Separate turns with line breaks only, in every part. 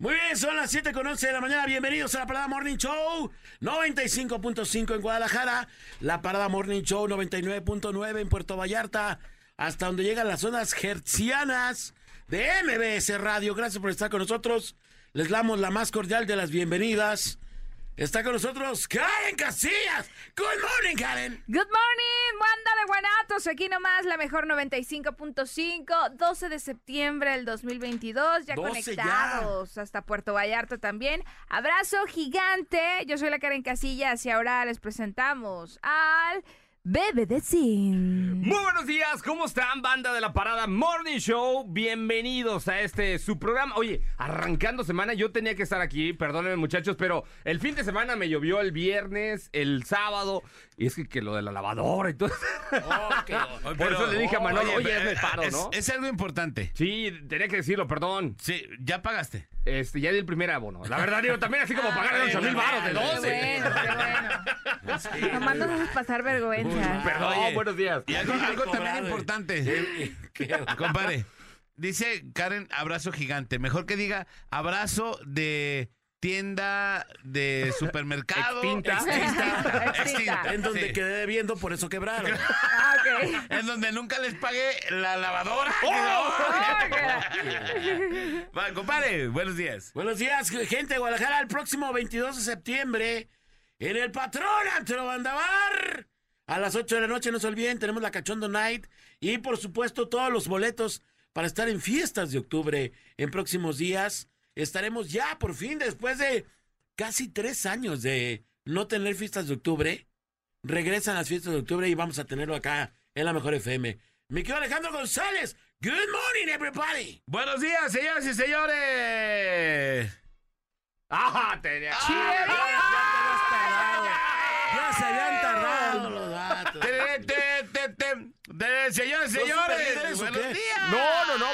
Muy bien, son las 7 con 11 de la mañana. Bienvenidos a la Parada Morning Show 95.5 en Guadalajara. La Parada Morning Show 99.9 en Puerto Vallarta. Hasta donde llegan las zonas hertzianas de MBS Radio. Gracias por estar con nosotros. Les damos la más cordial de las bienvenidas. Está con nosotros Karen Casillas. Good morning, Karen.
Good morning, banda de Guanatos. Aquí nomás la mejor 95.5, 12 de septiembre del 2022. Ya
12 ya.
conectados hasta Puerto Vallarta también. Abrazo gigante. Yo soy la Karen Casillas y ahora les presentamos al Bebe de Sin.
Muy buenos días, ¿cómo están, banda de la parada Morning Show? Bienvenidos a este su programa. Oye, arrancando semana, yo tenía que estar aquí, perdónenme muchachos, pero el fin de semana me llovió el viernes, el sábado, y es que, que lo de la lavadora y todo. Por eso le dije a Manolo, oye,
pero,
hazme paro,
eh, es-
¿no?
Es, algo importante.
Sí, tenía que decirlo, perdón.
Sí, ya pagaste.
Este, ya di el primer abono. La verdad, digo, también así como pagar 8 mil baros de
Qué bueno,
12.
qué bueno. Nomás nos haces pasar vergüenza.
Perdón,
Oye,
buenos días.
Y algo,
Hay que
algo
cobrar,
también
güey. Eh,
importante, compadre. Dice Karen, abrazo gigante. Mejor que diga abrazo de tienda de supermercado.
Extinta.
Extinta.
Extinta.
En donde
Sí.
quedé viendo, por eso quebraron.
Ah, ok.
Es donde nunca les pagué la lavadora.
Oh,
Va, compadre, buenos días.
Buenos días, gente de Guadalajara. El próximo 22 de septiembre, en el Patrón Antro Bandabar. A las 8 de la noche, no se olviden, tenemos la Cachondo Night. Y por supuesto, todos los boletos para estar en fiestas de octubre en próximos días. Estaremos ya, por fin, después de casi tres años de no tener fiestas de octubre. Regresan las fiestas de octubre y vamos a tenerlo acá en la Mejor FM. Mi querido Alejandro González. Good morning, everybody.
Buenos días, señoras y señores.
¡Ah, tenía!
Ah, Ya se habían tardado los datos.
Te- te- te- te- te- ¡Ah, Señores,
¿Los
señores.
superlíderes o
Buenos
qué?
días.
No, no, no.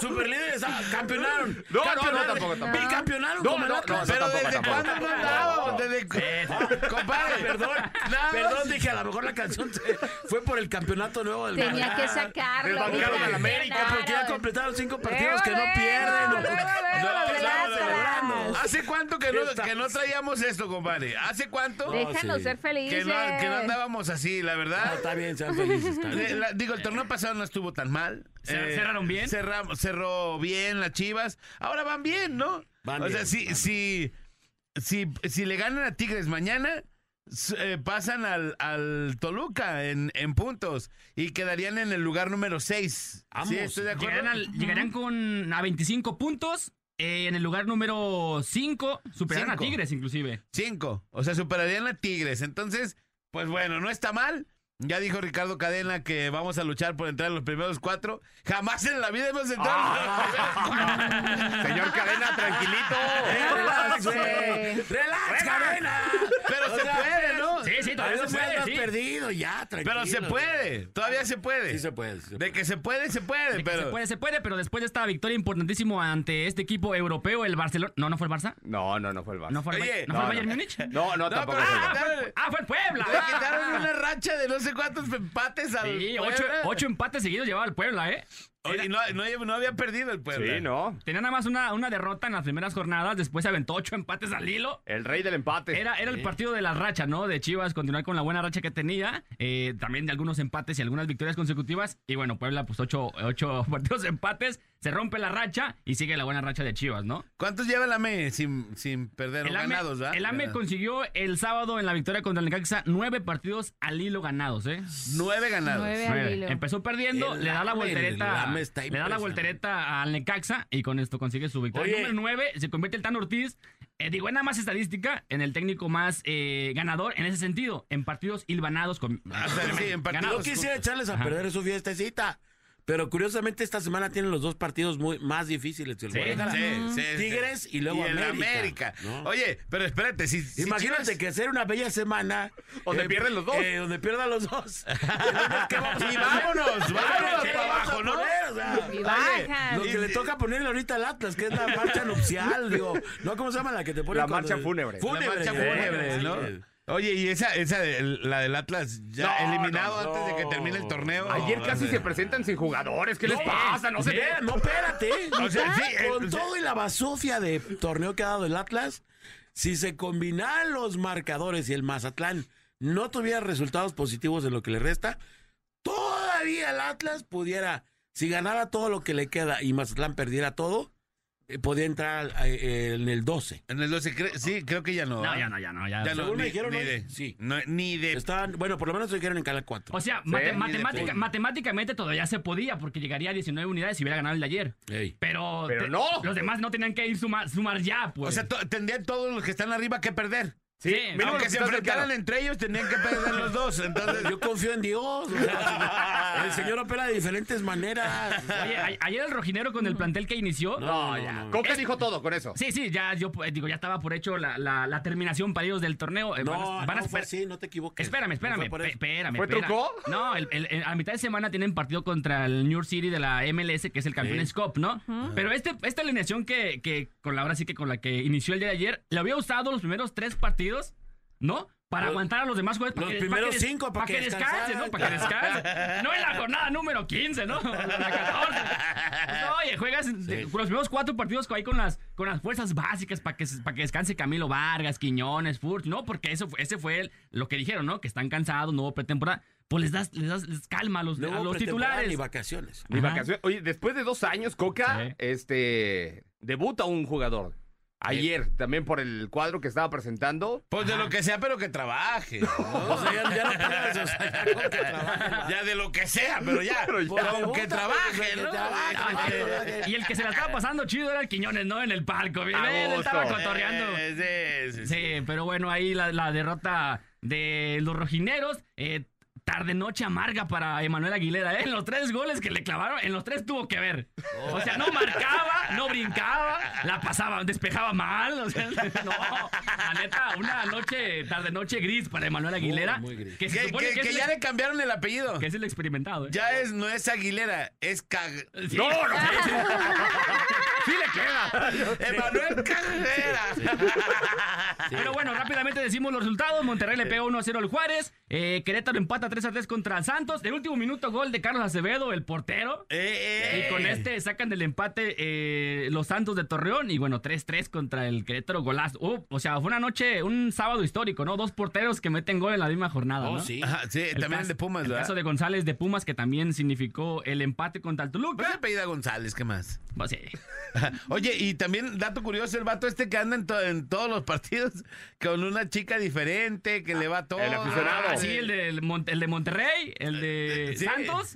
Superlíderes, ah, campeonaron.
No, no,
Campeonaron.
no, tampoco, tampoco.
Bicampeonaron
No,
como el
no,
Atlas.
no,
Pero
tampoco,
desde
tampoco.
cuándo no
No, no.
andábamos, desde cu- Ah, compadre,
Perdón,
Nada más.
perdón, dije, a lo mejor la canción se- fue por el campeonato nuevo del
Tenía que
Guadalajara.
sacarlo.
Desbancaron
mira,
al América,
claro.
Porque ya completaron cinco partidos que no
Luego,
pierden.
luego, luego, los
No,
del
estamos
Atlas.
celebrando.
¿Hace cuánto que no,
Esta-
que no traíamos esto, compadre? ¿Hace cuánto que
Déjanos
sí.
ser
no,
felices.
que no andábamos así, la
Ah,
verdad?
Está bien, sean felices. está
Eh,
bien.
la- digo, el torneo pasado no estuvo tan mal. Eh,
¿Cer- cerraron bien?
cerra- cerró bien las Chivas. Ahora van bien, ¿no?
Van
o sea,
bien,
si,
van
si, si, si le ganan a Tigres mañana, s- eh, pasan al, al Toluca en, en puntos y quedarían en el lugar número 6.
Vamos,
¿Sí estoy de acuerdo?
Llegarán, al- llegarán con a 25 puntos. eh, en el lugar número 5, superarán
Cinco.
a Tigres inclusive.
5. O sea, superarían a Tigres. Entonces, pues bueno, no está mal. Ya dijo Ricardo Cadena que vamos a luchar por entrar en los primeros cuatro. Jamás en la vida hemos entrado. en los primeros
Ah.
Señor Cadena,
Eh,
tranquilito.
Relax,
Sí.
güey. Relax, cadena.
Pero
O
se
sea,
puede, ¿no?
Sí, sí,
A
todavía
veces
se puede,
más
sí.
perdido, ya, tranquilo.
Pero se puede, todavía se puede.
Sí se puede. sí se
De que se puede, se puede,
De que
Eh, pero.
Se puede, se puede, pero después de esta victoria importantísimo ante este equipo europeo, el Barcelona. ¿No, no fue el Barça?
No, no, no fue el Barça.
¿No fue el,
Oye,
Bay- ¿no
no,
fue el
no.
Bayern Múnich?
No, no,
No,
tampoco
pero-
fue el Barça.
ah, quitaron-
¡Ah, fue el Puebla!
le quitaron una racha de no sé cuántos empates al.
Sí,
Puebla.
ocho, ocho empates seguidos llevaba el Puebla, ¿eh?
Oye, no, no- no había perdido el pueblo.
Sí, no.
Tenía nada más una, una derrota en las primeras jornadas, después se aventó ocho empates al hilo.
El rey del empate.
Era, era el partido de las rachas, ¿no? De Chivas, continuar con la buena racha que tenía. eh, también de algunos empates y algunas victorias consecutivas. Y bueno, Puebla, pues ocho, ocho partidos de empates. Se rompe la racha y sigue la buena racha de Chivas, ¿no?
¿Cuántos lleva el AME sin, sin perder o
El AME,
ganados, verdad?
el E AME
Ganados.
consiguió el sábado en la victoria contra el Necaxa nueve partidos al hilo ganados, ¿eh?
Nueve ganados.
Nueve al hilo.
Empezó perdiendo,
El
le da la
AME, el
voltereta.
AME está
Le da la
impresionante.
voltereta al Necaxa y con esto consigue su victoria.
Oye.
Número 9 se convierte el Tan Ortiz. eh, digo, en nada más estadística, en el técnico más eh, ganador en ese sentido, en partidos hilvanados con.
Ah,
O sea, sí, Ah, en partidos-
No quisiera echarles a
Ajá.
perder su fiestecita. Pero curiosamente esta semana tienen los dos partidos muy más difíciles que el
Sí,
Guadalajara.
Sí, sí, sí.
Tigres y luego
el América.
América, ¿no?
Oye, pero espérate, si. si
Imagínate
Chivas-
que hacer una bella semana
Donde pierden los dos.
eh, donde pierdan los dos. ¿Qué vamos a
Y vámonos,
hacer? ¿Qué
vámonos
vamos
para
a
abajo, ¿no?
poner? O sea,
Y
Oye,
bajan.
lo que le toca ponerle ahorita al Atlas, que es la marcha nupcial, digo, no cómo se llama la que te pone
La marcha fúnebre.
La marcha fúnebre,
sí,
¿no?
sí.
Oye, y esa, esa de- la del Atlas ya
No,
eliminado
no, no.
antes de que termine el torneo.
Ayer
No,
casi
no,
se
no.
presentan sin jugadores. ¿Qué les pasa?
pues,
No se ve.
No, espérate.
O sea, sí, eh,
Con
o sea-
todo y la basofia de torneo que ha dado el Atlas, si se combinan los marcadores y el Mazatlán no tuviera resultados positivos en lo que le resta, todavía el Atlas pudiera, si ganara todo lo que le queda y Mazatlán perdiera todo, eh, podía entrar al- eh, en el 12.
En el 12, cre- sí, creo que ya no.
No,
¿ah?
ya no, ya no. Ya,
Ya no,
Según me
ni,
dijeron
ni
hoy,
de,
sí.
no, ni de
Estaban, bueno, por lo menos se dijeron en Canal 4.
O sea, mate-
ni de
matemática-
pedo.
matemáticamente todavía se podía porque llegaría a 19 unidades si hubiera ganado el de ayer.
Ey.
Pero,
Pero no.
los demás no tenían que ir suma- sumar ya, pues.
O sea, to- tendrían todos los que están arriba que perder.
Sí,
mínimo
Aunque
los
se
que están
enfrentaran
cercanos.
entre ellos, tendrían que perder los dos. Entonces,
Yo confío en Dios. o sea, el señor opera de diferentes maneras.
Oye, a- ayer el rojinero con el plantel que inició.
No, ya. Coca dijo todo con eso.
Sí, sí, ya yo eh, digo, ya estaba por hecho la, la- la terminación para ellos del torneo. Eh,
No,
van a- van a
no fue
esper-
así, no te equivoques.
Espérame,
No fue
espérame,
por
pe-
eso.
espérame.
¿Fue
espérame.
truco?
No, el- el- el- a mitad de semana tienen partido contra el New York City de la MLS, que es el campeón
Sí.
Cup, ¿no? Pero este, esta alineación que, que con la ahora sí que con la que inició el día de ayer, la había usado los primeros tres partidos, ¿no? Para
Los-
aguantar a los demás jugadores. para
los
que- para
primeros
que des-
cinco, para que
descansen,
descansaran,
¿no? Para que descansen. No en la jornada número 15, ¿no? La 14. Pues, no, oye, juegas de- con los primeros cuatro partidos que hay con las, con las fuerzas básicas para que, para que descanse Camilo Vargas, Quiñones, Furt, ¿no? Porque eso, fue- ese fue el- lo que dijeron, ¿no? Que están cansados, no hubo pretemporada. Pues les das, les das les calma a los,
No
a
hubo
los
pretemporada
titulares.
Ni vacaciones.
Ni
Ajá.
vacaciones. Oye, después de dos años, Coca,
Sí.
este, debuta un jugador. Ayer, también por el cuadro que estaba presentando.
pues de lo que sea, pero que trabaje. ¿no?
O sea, ya, ya no puedes, o sea, ya con que trabajen.
Ya de lo que sea, pero ya.
Pero
Pues,
Pero aunque
pregúntale, pues,
trabaje,
que
¿no?
trabaje, que trabaje.
Y el que se la estaba pasando chido era el Quiñones, ¿no? En el palco. Bien,
A
él estaba
gusto.
cotorreando.
Eh, sí, sí, sí.
Sí, pero bueno, ahí la, la derrota de los rojineros. eh, tarde noche amarga para Emanuel Aguilera. ¿eh? En los tres goles que le clavaron, en los tres tuvo que ver. O sea, no marcaba, no brincaba, la pasaba, despejaba mal. O sea, no, la neta, una noche, tarde noche gris para Emanuel Aguilera.
muy gris.
Que se
Que,
supone
que-
que,
que
es,
ya
el,
le cambiaron el apellido.
que es el experimentado. ¿eh?
Ya es, no es Aguilera, es Cag...
Sí.
No, no, sí, sí. Sí le queda.
Emanuel Carrera.
Pero bueno, rápidamente decimos los resultados. Monterrey le pegó 1-0 al Juárez. Eh, Querétaro empata 3-3 contra Santos. El último minuto gol de Carlos Acevedo, el portero.
Eh, eh.
Y con este sacan del empate eh, los Santos de Torreón y bueno, 3-3 contra el Querétaro Golazo. Uh, o sea, fue una noche, un sábado histórico, ¿no? Dos porteros que meten gol en la misma jornada.
Oh,
¿no?
sí.
Ajá, sí,
El
también
cas-
el de Pumas,
El
¿verdad?
caso de González de Pumas que también significó el empate contra el
Pues
Toluca.
apellida González, ¿qué más?
Pues, sí.
Oye, y también, dato curioso, el vato este que anda en, to- en todos los partidos con una chica diferente, que le va todo.
el aficionado.
Ah, sí, el de, el Mon- el de Monterrey, el de
Eh, Sí.
Santos.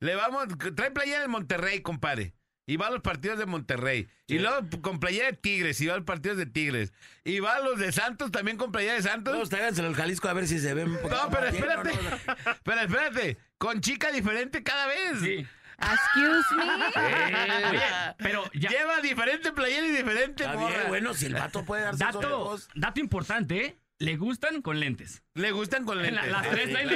Le vamos, trae playera de Monterrey, compadre. Y va a los partidos de Monterrey. Y luego p- con playera de Tigres, y va a los partidos de Tigres. Y va a los de Santos también con playera de Santos.
Todos tráiganselo al Jalisco a ver si se ven. un poquito
No, pero
más lleno,
espérate.
¿no?
Pero espérate. Con chica diferente cada vez.
Sí.
Excuse me.
Oye, pero ya,
Lleva diferente playera y diferente
Está
morra.
bien, bueno, si el vato puede darse esos
dato,
ojos.
dato importante, ¿eh? le gustan con lentes.
Le gustan con
En
lentes.
la- las tres traen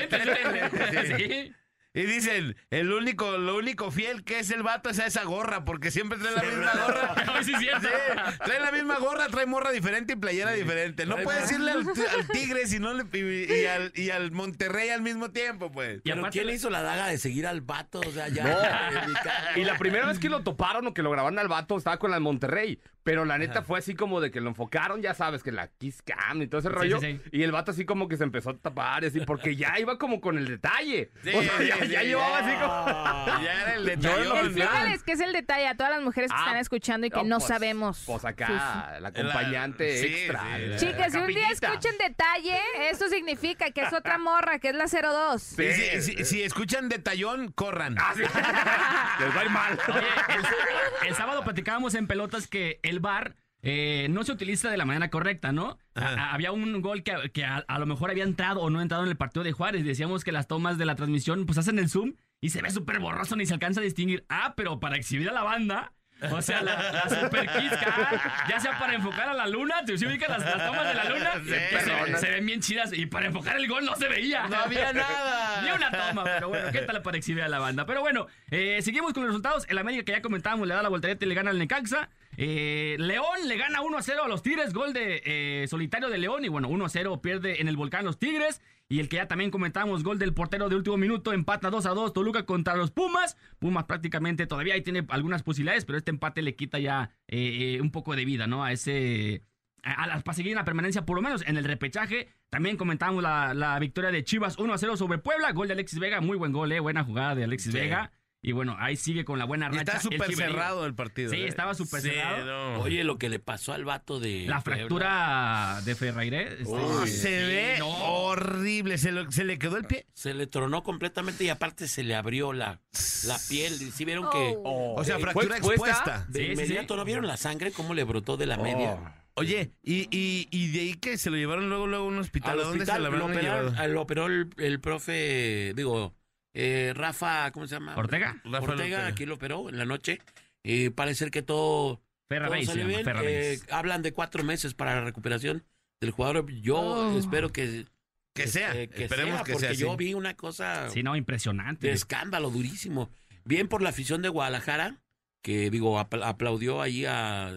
lentes.
Sí.
Sí.
Y dicen, el único, lo único fiel que es el vato es a esa gorra, porque siempre trae la misma gorra.
No, sí es cierto.
Sí, trae la misma gorra, trae morra diferente y playera diferente. No
Trae
puedes
morra.
irle al, al Tigre si no le- y, y al, y al Monterrey al mismo tiempo, pues.
Y
Pero
aparte-
¿quién le hizo la daga de seguir al vato? O sea, ya.
No.
en mi cara.
Y la primera vez que lo toparon o que lo grabaron al vato estaba con la de Monterrey. Pero la neta fue así como de que lo enfocaron, ya sabes, que la Kiss Cam y todo ese rollo.
sí, sí.
Y el vato así como que se empezó a tapar, y así, porque ya iba como con el detalle.
Sí,
o sea, ya,
sí,
ya
sí,
llevaba
ya.
así como.
Ya era el
No es
detallón.
Explícales qué es el detalle a todas las mujeres que
Ah,
están escuchando y que
no,
no,
pues,
sabemos.
Pues
Sí,
acá, la
La-
acompañante
sí,
extra.
sí,
la-
Chicas, si un día
capillita.
escuchan detalle, eso significa que es otra morra, que es la 02.
Y Si, si- si escuchan detallón, corran.
Ah, sí. Les va a ir mal.
Oye, el, el sábado platicábamos en pelotas que el bar no se utiliza de la manera correcta, ¿no? A- había un gol que, que a, a lo mejor había entrado o no entrado en el partido de Juárez. Decíamos que las tomas de la transmisión pues hacen el zoom y se ve súper borroso ni se alcanza a distinguir. Ah, pero para exhibir a la banda... O sea, la, la super kids, cara, ya sea para enfocar a la luna, te ubicas las, las tomas de la luna,
Sí,
que se,
perronas.
se ven bien chidas y para enfocar el gol no se veía.
No había nada.
Ni una toma, pero bueno, ¿qué tal para exhibir a la banda? Pero bueno, eh, seguimos con los resultados. El América que ya comentábamos le da la voltereta y le gana al Necaxa. Eh, León le gana 1 a 0 a los Tigres, gol de eh, solitario de León. Y bueno, 1 a 0 pierde en el volcán los Tigres. Y el que ya también comentamos, gol del portero de último minuto, empata 2 a 2 Toluca contra los Pumas. Pumas prácticamente todavía ahí tiene algunas posibilidades, pero este empate le quita ya eh, eh, un poco de vida, ¿no? A ese. A, a la- para seguir en la permanencia, por lo menos en el repechaje. También comentábamos la, la victoria de Chivas 1 a 0 sobre Puebla. Gol de Alexis Vega, muy buen gol, eh, buena jugada de Alexis
Sí.
Vega. Y bueno, ahí sigue con la buena
Y
racha.
está
el
súper
Chivas.
cerrado el partido.
Sí,
¿eh?
estaba súper
Sí,
cerrado.
no.
Oye, lo que le pasó al vato de. Puebla.
La fractura de Ferreiré. este,
Oh,
sí,
se ve
no.
horrible. Se, lo- se le quedó el pie.
Se le tronó completamente y aparte se le abrió la, la piel. Y sí vieron que
Oh.
O sea,
Eh,
fractura
¿fue expuesta?
expuesta.
de
Sí, sí,
inmediato
sí.
no vieron la sangre cómo le brotó de la
Oh.
media.
Oye, y, y, y de ahí que se lo llevaron luego, luego a un hospital.
Al
¿A dónde se
hospital
lo
lo
habrán
operaron-
llevado?
al- lo operó el, el profe, digo, eh, Rafa, ¿cómo se llama?
Ortega.
Rafael
Ortega, aquí lo operó en la noche. Y parece ser que todo, todo
Ferreiré se
salió
llama,
bien.
Ferreiré.
Eh, hablan de cuatro meses para la recuperación del jugador. Yo
Oh.
espero que,
Que sea.
eh, que
Esperemos
sea,
que
porque
sea.
yo
así.
vi una cosa
Sí, no, impresionante.
de escándalo durísimo. Bien por la afición de Guadalajara, que digo, apl- aplaudió ahí a.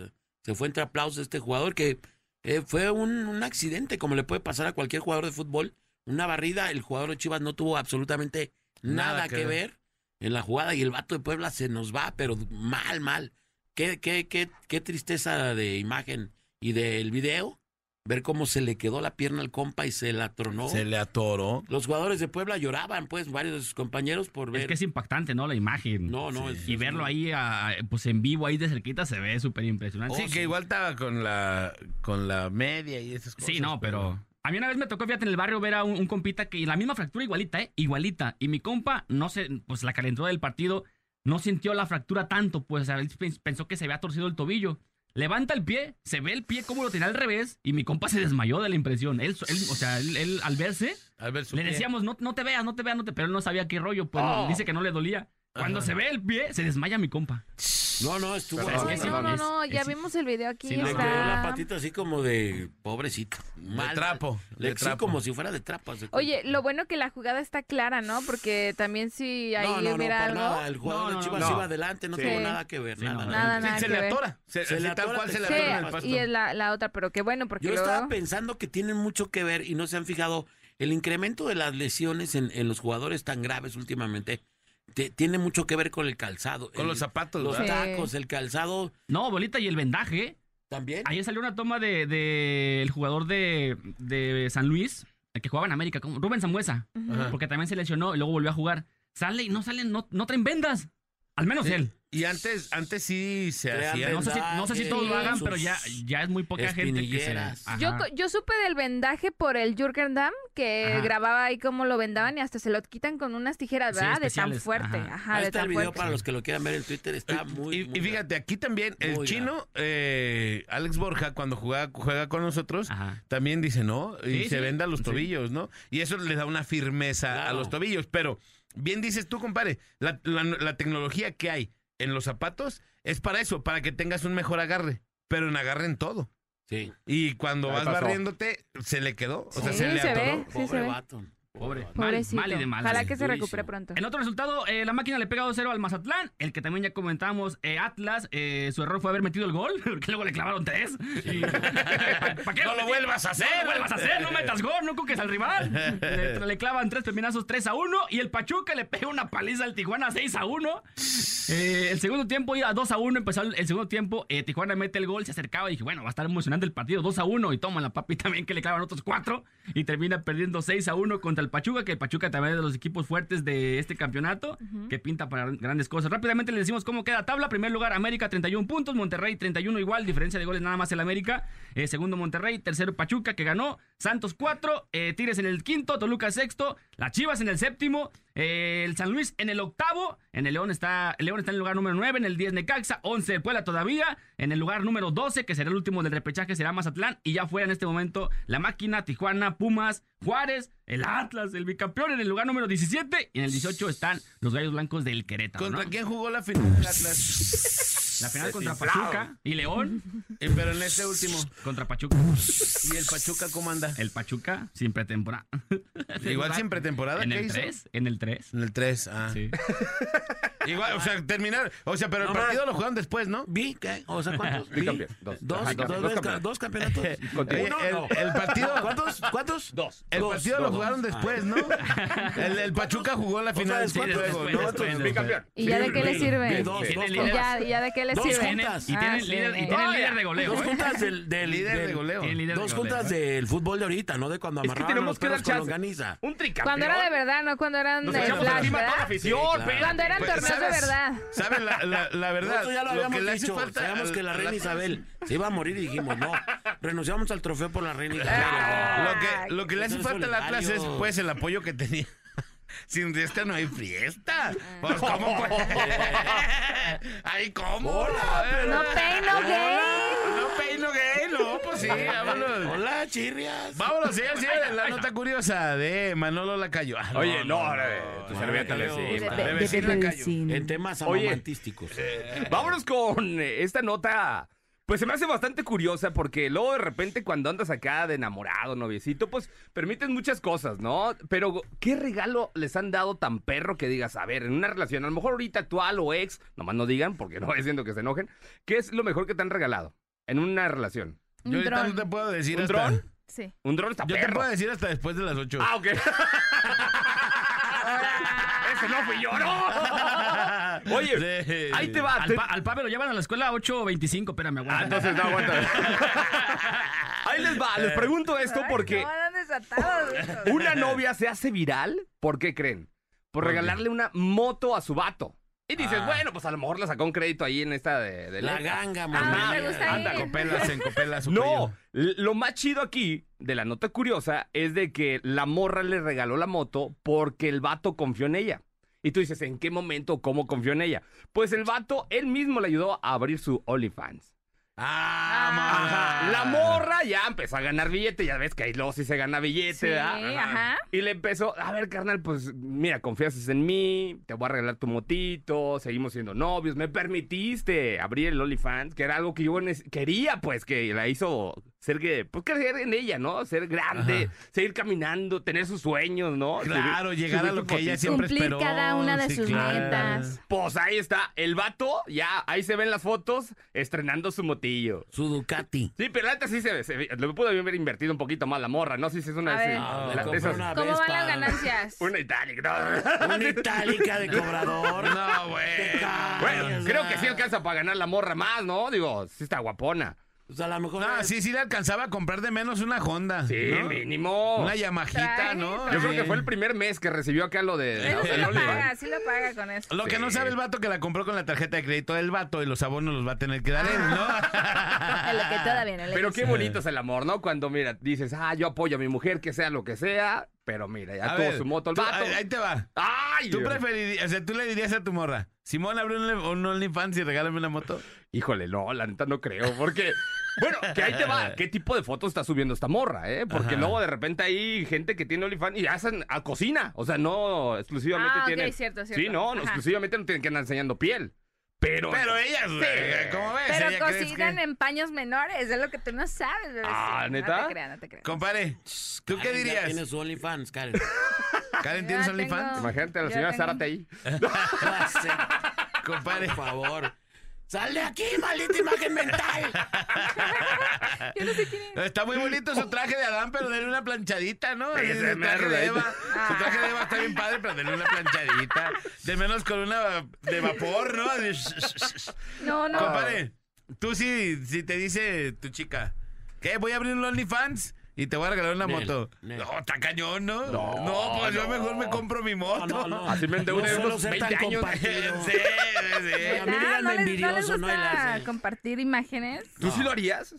Se fue entre aplausos este jugador, que eh, fue un, un accidente, como le puede pasar a cualquier jugador de fútbol. Una barrida, el jugador de Chivas no tuvo absolutamente nada, que, ver. en la jugada y el vato de Puebla se nos va, pero mal, mal. Qué, qué, qué, qué tristeza de imagen y del video. Ver cómo se le quedó la pierna al compa y se la tronó.
Se le atoró.
Los jugadores de Puebla lloraban, pues, varios de sus compañeros por ver.
Es que es impactante, ¿no? La imagen.
No, no. es-
Y
es-
verlo ahí, ah, pues en vivo, ahí de cerquita, se ve súper impresionante.
sí, que igual estaba con la, con la media y esas cosas.
Sí, no, pero... A mí una vez me tocó, fíjate, en el barrio ver a un, un compita que la misma fractura igualita, ¿eh? Igualita. Y mi compa, no sé, pues la calentó del partido, no sintió la fractura tanto, pues o sea, él pens- pensó que se había torcido el tobillo. Levanta el pie, se ve el pie como lo tenía al revés y mi compa se desmayó de la impresión. Él, él- o sea, él, él al verse,
A ver, su
le
pie.
decíamos, no, no te veas, no te veas, no te... Pero él no sabía qué rollo, pues no,
Oh.
dice que no le dolía. Cuando
Ajá.
se ve el pie, se desmaya mi compa.
No, no, estuvo.
Pero
Ay,
es que
no, no,
es-
no, ya
es-
vimos el video aquí.
Sí, no,
Le
está-
quedó la patita así como de pobrecito.
De
Mal.
trapo.
Le-
de
sí,
trapo.
como si fuera de trapas.
Oye, lo bueno que la jugada está clara, ¿no? Porque también si ahí
no, no, no,
hubiera
para
algo...
nada. El jugador
No, no,
de
no,
Chivas
no.
iba adelante, no
Sí.
tuvo nada que ver.
Sí,
nada,
no,
nada.
Nada,
Sí,
nada
se
que
le
ver.
atora. Se,
Se le
sí,
atora
tal cual se le
el
atora en el
pie.
pasto.
Sí, y es la, la otra, pero qué bueno, porque
Yo
luego...
estaba pensando que tienen mucho que ver y no se han fijado. El incremento de las lesiones en, en los jugadores tan graves últimamente te- tiene mucho que ver con el calzado.
Con
el-
los zapatos,
Los
¿verdad?
Sí.
tacos, el calzado
No, bolita y el vendaje, ¿eh?
también.
Ayer salió una toma de, de el jugador de, de San Luis, el que jugaba en América, como Rubén Sambuesa,
Ajá.
porque también se lesionó y luego volvió a jugar. Sale y no salen, no, no traen vendas. Al menos
Sí.
él.
Y antes, antes sí se
Crean
hacían.
No sé, si, no sé si todos lo hagan,
Sus
pero ya, ya es muy poca gente que se.
espinilleras.
Ajá.
Yo, co- yo supe del vendaje por el Jürgen Damm, que
Ajá.
grababa ahí cómo lo vendaban y hasta se lo quitan con unas tijeras,
Sí,
¿verdad? de tan
especiales,
fuerte. Ajá,
ajá.
Ahí
de
está
tan
el video
fuerte.
para los que lo quieran ver en Twitter. Está muy.
Eh, y, y
muy
fíjate, aquí también el
Muy
chino, eh, Alex Borja, cuando juega, juega con nosotros,
Ajá.
también dice, ¿no? Y
Sí,
se
sí.
venda los
Sí.
tobillos, ¿no? Y eso le da una firmeza a
Claro.
los tobillos. Pero bien dices tú, compadre, la, la- la tecnología que hay en los zapatos es para eso, para que tengas un mejor agarre. Pero en agarre en todo.
Sí.
Y cuando
Ahí
vas
pasó.
barriéndote, se le quedó. O sea,
Sí,
se le
se
atoró.
ve. Sí, se
Pobre
ve.
vato.
Pobre. Mal,
Pobrecito.
mal y de malas.
Ojalá que se
Durísimo.
recupere pronto.
En otro resultado, eh, la máquina le pega 2-0 al Mazatlán, el que también ya comentamos, eh, Atlas, eh, su error fue haber metido el gol, porque luego le clavaron tres. ¿Para qué
No lo
metí?
vuelvas a hacer.
No lo vuelvas a hacer, no metas gol, no cuques al rival. Le, le clavan tres peminazos 3 a 1 y el Pachuca le pega una paliza al Tijuana 6 a 1. Eh, el segundo tiempo iba 2 a 1, empezó el, el segundo tiempo, eh, Tijuana mete el gol, se acercaba y dije, bueno, va a estar emocionante el partido 2 a 1 y toma la papi también que le clavan otros 4 y termina perdiendo 6 a 1 contra el Pachuca, que el Pachuca también es de los equipos fuertes de este campeonato, que pinta para grandes cosas. Rápidamente le decimos cómo queda tabla, primer lugar América 31 puntos, Monterrey 31 igual, diferencia de goles nada más el América, Eh, segundo Monterrey, tercero Pachuca que ganó, Santos 4, eh, Tigres en el quinto, Toluca sexto, las Chivas en el séptimo, eh, el San Luis en el octavo, en el León está, el León está en el lugar número 9, en el 10 Necaxa, 11 el Puebla todavía, en el lugar número 12, que será el último del repechaje, será Mazatlán, y ya fuera en este momento la máquina, Tijuana, Pumas, Juárez, el Atlas, el bicampeón en el lugar número 17, y en el 18 están los gallos blancos del Querétaro.
¿Contra
¿no?
quién jugó la final? Atlas?
La final contra
Desinflado.
Pachuca y León
Eh, Pero en este último.
contra Pachuca.
¿Y el Pachuca cómo anda?
El Pachuca sin pretemporada.
Igual sin pretemporada,
¿En
¿qué
el
hizo?
3? En el 3.
En el 3, ah.
Sí.
Igual, o sea, terminar. O sea, pero el
No más.
partido lo jugaron después, ¿no?
Vi, que- o sea, ¿cuántos? Vi.
Bicampeón, dos.
Dos,
Ajá,
dos,
dos,
dos
dos
ca- dos campeonatos.
Oye,
Uno,
el,
no.
el partido.
¿Cuántos? ¿Cuántos? Dos.
El partido lo jugaron después, ¿no? El, el Pachuca jugó la final.
¿cuántos?
del juego,
después,
¿no?
después,
Entonces, pues,
después.
¿Y ya de qué le
De
sirve?
dos,
Tiene
dos
¿Y
líder.
ya, ya de qué le
Dos
sirve?
juntas.
Y tienen
sí.
líder, y tienen
Oye,
líder de goleo.
Ah, Dos
¿eh?
juntas del, del-
Líder de
del-
goleo.
Tienen líder de
Dos
goleo,
juntas
¿eh?
del fútbol de ahorita, ¿no? De cuando
Es que
amarraban
tenemos
los
que
perros
dar
con
chance.
longaniza.
Un tricampeón.
Cuando era de verdad, no cuando eran
Nos
eh,
echamos
flash,
encima a toda la
¿verdad?
afición,
Sí, claro.
espérate.
Cuando eran
Pues,
torneos de
¿sabes?
verdad.
¿Saben la, la, la verdad?
Nosotros ya lo habíamos
que le hace
dicho.
falta
Sabíamos
al-
que la
a
reina Isabel se iba a morir y dijimos, no, renunciamos al trofeo por la reina Isabel.
Ah.
Lo que, lo que le hace
Son
falta al Atlas es
solidarios.
pues el apoyo que tenía. Sin fiesta no hay fiesta. Pues, ¿cómo pues? Ay, ¿cómo?
Hola,
Eh,
pero-
No pain, no gain.
No peino gay, no, pues sí, vámonos.
Hola, chirrias.
Vámonos, señor, señor, la nota curiosa de Manolo Lacayo. Ah,
Oye, no, ahora, eh, tu
no,
servilleta
no,
le
no,
sí,
no,
madre.
no,
Vecino Lacayo.
En temas
Oye.
amantísticos.
Vámonos con eh, esta nota. Pues se me hace bastante curiosa porque luego de repente cuando andas acá de enamorado, noviecito, pues permiten muchas cosas, ¿no? Pero ¿qué regalo les han dado tan perro que digas, a ver, en una relación, a lo mejor ahorita actual o ex, nomás no digan porque no es siendo que se enojen, ¿qué es lo mejor que te han regalado en una relación?
Yo
Un
ahorita no te
dron.
puedo decir
¿Un
hasta-
dron?
Sí.
Un dron está
Yo te
perro.
puedo decir hasta después de las 8.
Ah, ok. Ese no fui yo, no. Oye,
Sí.
ahí te va.
Al,
te-
pa, al Pape lo llevan a la escuela a 8.25, espérame,
Ah,
aguanta.
entonces no aguanta. Ahí les va, les pregunto esto
Ay,
porque
no, andan desatados. estos.
una novia se hace viral, ¿por qué creen? Por regalarle una moto a su vato. Y dices, bueno, pues a lo mejor la sacó un crédito ahí en esta de, de
La
letra.
ganga,
Ah, me
mamá.
gusta
Anda,
ir.
copelas, en copelas.
No, l- lo más chido aquí de la nota curiosa es de que la morra le regaló la moto porque el vato confió en ella. Y tú dices, ¿en qué momento, cómo confió en ella? Pues el vato, él mismo le ayudó a abrir su OnlyFans.
Ah, mamá.
Ajá. La morra ya empezó a ganar billete, ya ves que ahí luego sí se gana billete,
Sí,
ah,
¿verdad?
ajá.
Y le empezó, a ver, carnal, pues mira, confías en mí, te voy a regalar tu motito, seguimos siendo novios, me permitiste abrir el OnlyFans, que era algo que yo nes- quería, pues, que la hizo ser que, pues, crecer en ella, ¿no? Ser grande, seguir caminando, tener sus sueños, ¿no?
Claro,
Subir-
llegar a
subir
lo
tu
que ella
fotito.
siempre
Cumplir
esperó.
cada una de
sí,
sus
claro.
metas.
Pues ahí está, el vato, ya, ahí se ven las fotos, estrenando su motillo.
Su Ducati.
Sí, pero la neta sí se, ve- se ve- lo pudo haber invertido un poquito más la morra, ¿no? Sí, sí, es una
A
de
ver.
esas-
Ah,
de las-
le
de
compré
esas-
una
¿Cómo van
Vespa.
las ganancias?
Una itálica. ¿no?
Una itálica de cobrador.
No, güey.
Ah,
Bueno,
Ay,
creo
no.
que sí alcanza para ganar la morra más, ¿no? Digo, sí está guapona. Ah,
O sea, Pues a lo mejor.
No,
era-
sí, sí le alcanzaba a comprar de menos una Honda.
Sí,
¿no?
mínimo.
Una Yamajita,
Trae,
¿no?
trae.
Yo creo
Sí.
que fue el primer mes que recibió acá lo de...
Eso sí
el
lo
Oliver.
paga, Ah, sí lo paga con eso.
Lo que no sabe el vato que la compró con la tarjeta de crédito del vato y los abonos los va a tener que
Ah,
dar él, ¿no?
En lo que todavía no le
Pero
dice.
qué bonito es el amor, ¿no? Cuando, mira, dices, ah, yo apoyo a mi mujer, que sea lo que sea, pero mira, ya
A
tuvo
ver,
su moto el
tú-
vato.
Ahí, ahí te va.
¡Ay!
¿Tú
Dios.
preferirías, o sea, tú le dirías a tu morra, Simón, abre un, un OnlyFans y regálame una moto?
Híjole, no, la neta no creo, porque... Bueno, que ahí te va. ¿Qué tipo de fotos está subiendo esta morra, eh? Porque luego de repente hay gente que tiene OnlyFans y hacen a cocina. O sea, no exclusivamente
Ah, ok,
tienen...
cierto,
Sí,
cierto.
no, no,
Ajá.
exclusivamente no tienen que andar enseñando piel. Pero...
Pero ellas, güey, ¿cómo
Pues,
ves?
Pero
Ella crees
cocinan
que-
en paños menores, es lo que tú no sabes, bebé.
Ah,
Sí,
¿neta?
No te creas, no te creas.
Compadre, ¿tú qué
Karen ya
dirías?
Tiene su OnlyFans, Karen.
Karen, ¿tienes
Ya
OnlyFans?
tengo-
Imagínate a la
Yo
señora
tengo-
Zárate ahí.
Ah, sí.
Compadre.
Por favor. Sal de aquí, maldita imagen mental.
Yo no sé quién es.
Está muy bonito su traje de Adán, pero denle una planchadita, ¿no?
Ese
Así, su traje
mero,
de
ahí.
Eva. Su traje de Eva está bien padre, pero denle una planchadita. De menos con una de vapor, ¿no? Así, sh- sh- sh- sh.
No, Ah, no.
Compadre, tú sí, si te dice tu chica, ¿qué? Voy a abrir un OnlyFans y te voy a regalar una
Nel,
moto.
nel.
No, está cañón, ¿no?
No,
No, pues yo
no.
mejor me compro mi moto.
Así me endeudé
No suelo
unos
ser
20
tan
años.
compartido.
Sí, sí, sí.
A
¿Verdad?
mí díganme
¿No, les, no les
envidioso, no
gusta
el-
compartir imágenes?
¿Tú sí lo harías?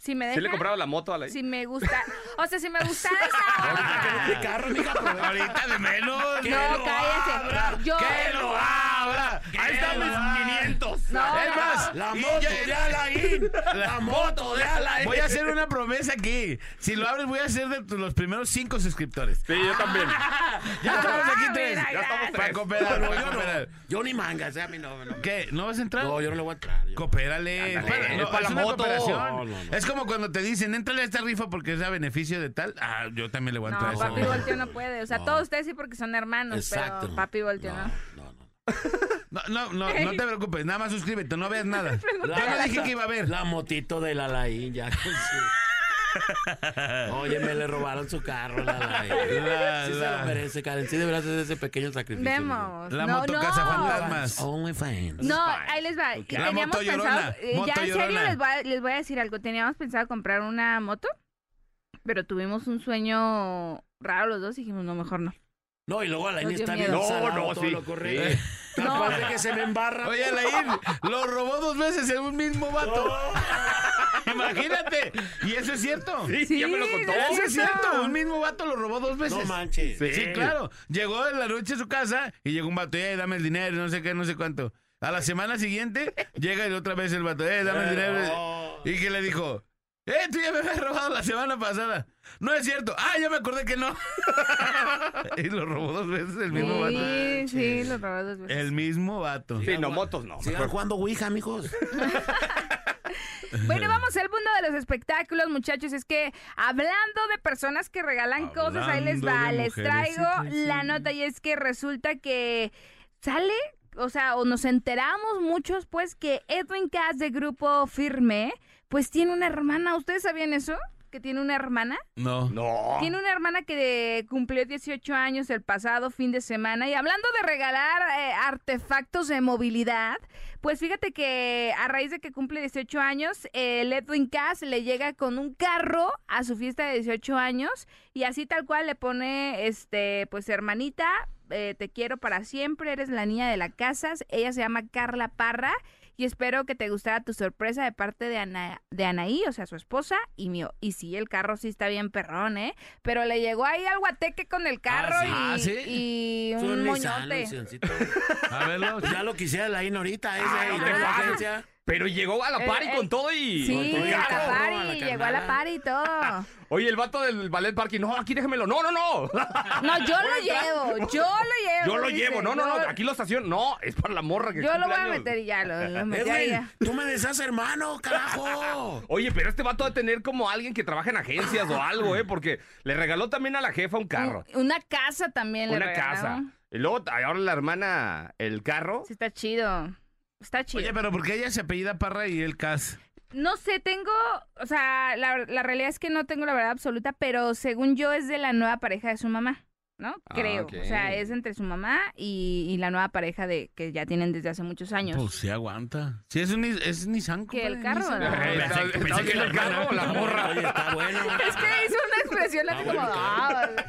¿Sí
Si me dejan,
le compraba la moto a la...
si me gusta, o sea, si me gusta esa
Ah, que no
onda.
te carro, mija, aprovecha.
Ahorita de menos.
No, cállese. Yo,
¡Que lo abra! palabra. Ahí están mis 500.
No,
es
no.
más,
La
y
moto
ya-
de Alain. La moto de Alain.
Voy a hacer una promesa aquí. Si lo abres, voy a ser de tu- los primeros cinco suscriptores.
Sí, yo también.
Ya estamos aquí
Ah,
tres.
mira,
Ya estamos
gracias.
para cooperar.
No,
para
yo
cooperar.
no. Yo ni mangas, eh, a mí no, no.
¿Qué? ¿No vas a entrar?
No, yo no le voy a entrar. yo.
Coopérale.
Ándale,
Bueno,
es
no,
para
es
la
una
moto.
cooperación.
No, no, no.
Es como cuando te dicen, éntrale a esta rifa porque es a beneficio de tal. Ah, yo también le voy a
No,
entrar a
papi
esa.
volteo no puede. O sea, todos ustedes sí porque son hermanos,
Exacto.
pero papi volteo no.
No, no, no.
No, no, no, no te preocupes. Nada más suscríbete, no veas nada. Yo no dije que iba a ver.
La motito del Alain ya con su- Oye, me le robaron su carro al Alain.
La-
Sí se
la-
lo merece, Karen. Sí deberás hacer ese pequeño sacrificio.
Vemos.
La
no,
moto
no.
cazafantasmas.
Only fans.
No, ahí les va.
Ok.
La
Teníamos
Ah, moto llorona,
pensado, eh,
moto
ya en serio
llorona.
les voy, a, les voy a decir algo. Teníamos pensado comprar una moto, pero tuvimos un sueño raro los dos y dijimos, no, mejor no.
No, y luego Alain
Nos dio
está bien
miedo.
No,
salado,
no,
todo
sí.
lo correcto. Capaz de que se me embarra.
Oye, Alain, lo robó dos veces en un mismo vato. Imagínate. Y eso es cierto.
Sí,
ya me lo contó.
no
Eso es cierto.
cierto.
Un mismo vato lo robó dos veces.
No manches.
Sí.
Ah. Sí, claro. Llegó en la noche a su casa y llegó un vato, eh, dame el dinero, no sé qué, no sé cuánto. A la semana siguiente llega y otra vez el vato, eh, dame el dinero.
Oh.
Y que le dijo, eh, tú ya me habías robado la semana pasada. No es cierto. Ah, ya me acordé que no. y lo robó dos veces el mismo vato.
Sí, sí, lo robó dos veces.
El mismo vato.
Sí, no, motos no.
Sigan jugando Ouija, amigos.
Bueno, vamos al mundo de los espectáculos, muchachos. Es que hablando de personas que regalan cosas, ahí les va.
Hablando de
Les
mujeres,
traigo
sí, sí,
la
sí.
nota y es que resulta que sale, o sea, o nos enteramos muchos, pues, que Edwin Cass de Grupo Firme, pues tiene una hermana. ¿Ustedes sabían eso? ¿Que tiene una hermana?
No.
No.
Tiene una hermana que cumplió 18 años el pasado fin de semana. Y hablando de regalar eh, artefactos de movilidad, pues fíjate que a raíz de que cumple 18 años, el Edwin Cass le llega con un carro a su fiesta de 18 años. Y así tal cual le pone, este, pues hermanita, eh, te quiero para siempre, eres la niña de la casa. Ella se llama Carla Parra. Y espero que te gustara tu sorpresa de parte de, Ana, de Anaí, o sea, su esposa y mío. Y sí, el carro sí está bien perrón, ¿eh? Pero le llegó ahí al guateque con el carro
sí.
y,
Ah, sí.
y
Es
un
Nissan,
moñote.
Nissancito.
A verlo.
Ya lo quisiera Alain ahorita, ese.
Ay,
y
Ah, no
de
mames.
emergencia.
Pero llegó a la
Eh,
par y
eh,
con todo y.
Sí,
Con
a
el
la
carro,
party,
¿no? A la
llegó a la
carnala.
par y todo.
Oye, el vato del ballet parking. No, aquí déjemelo. No, no, no.
No, yo lo llevo, yo lo llevo.
Yo lo
dice.
llevo. No, no, no.
Yo-
Aquí lo estaciono. No, es para la morra que
Yo lo
cumple
voy a
años.
meter y ya, lo, lo metí ahí
Edwin,
ya.
tú me deshaces, hermano, carajo.
Oye, pero este vato va a tener como alguien que trabaja en agencias o algo, ¿eh? Porque le regaló también a la jefa un carro,
Una casa también le
una casa.
regalaron.
Y luego, ay, ahora la hermana, el carro.
Sí, está chido. Está chido.
Oye, pero ¿por qué ella se apellida Parra y él Cas?
No sé, tengo, o sea, la, la realidad es que no tengo la verdad absoluta, pero según yo es de la nueva pareja de su mamá, ¿no?
Ah,
Creo.
ok.
O sea, es entre su mamá y, y la nueva pareja de que ya tienen desde hace muchos años.
Pues se aguanta. Si es un ni- es Nissan.
Que el
compadre,
carro,
Nissan.
¿verdad?
Eh,
Pensé-
pensé que
pensé que
era el carro, la morra.
Oye, está bueno.
Es que hizo una expresión así como... "Ah",
Pues,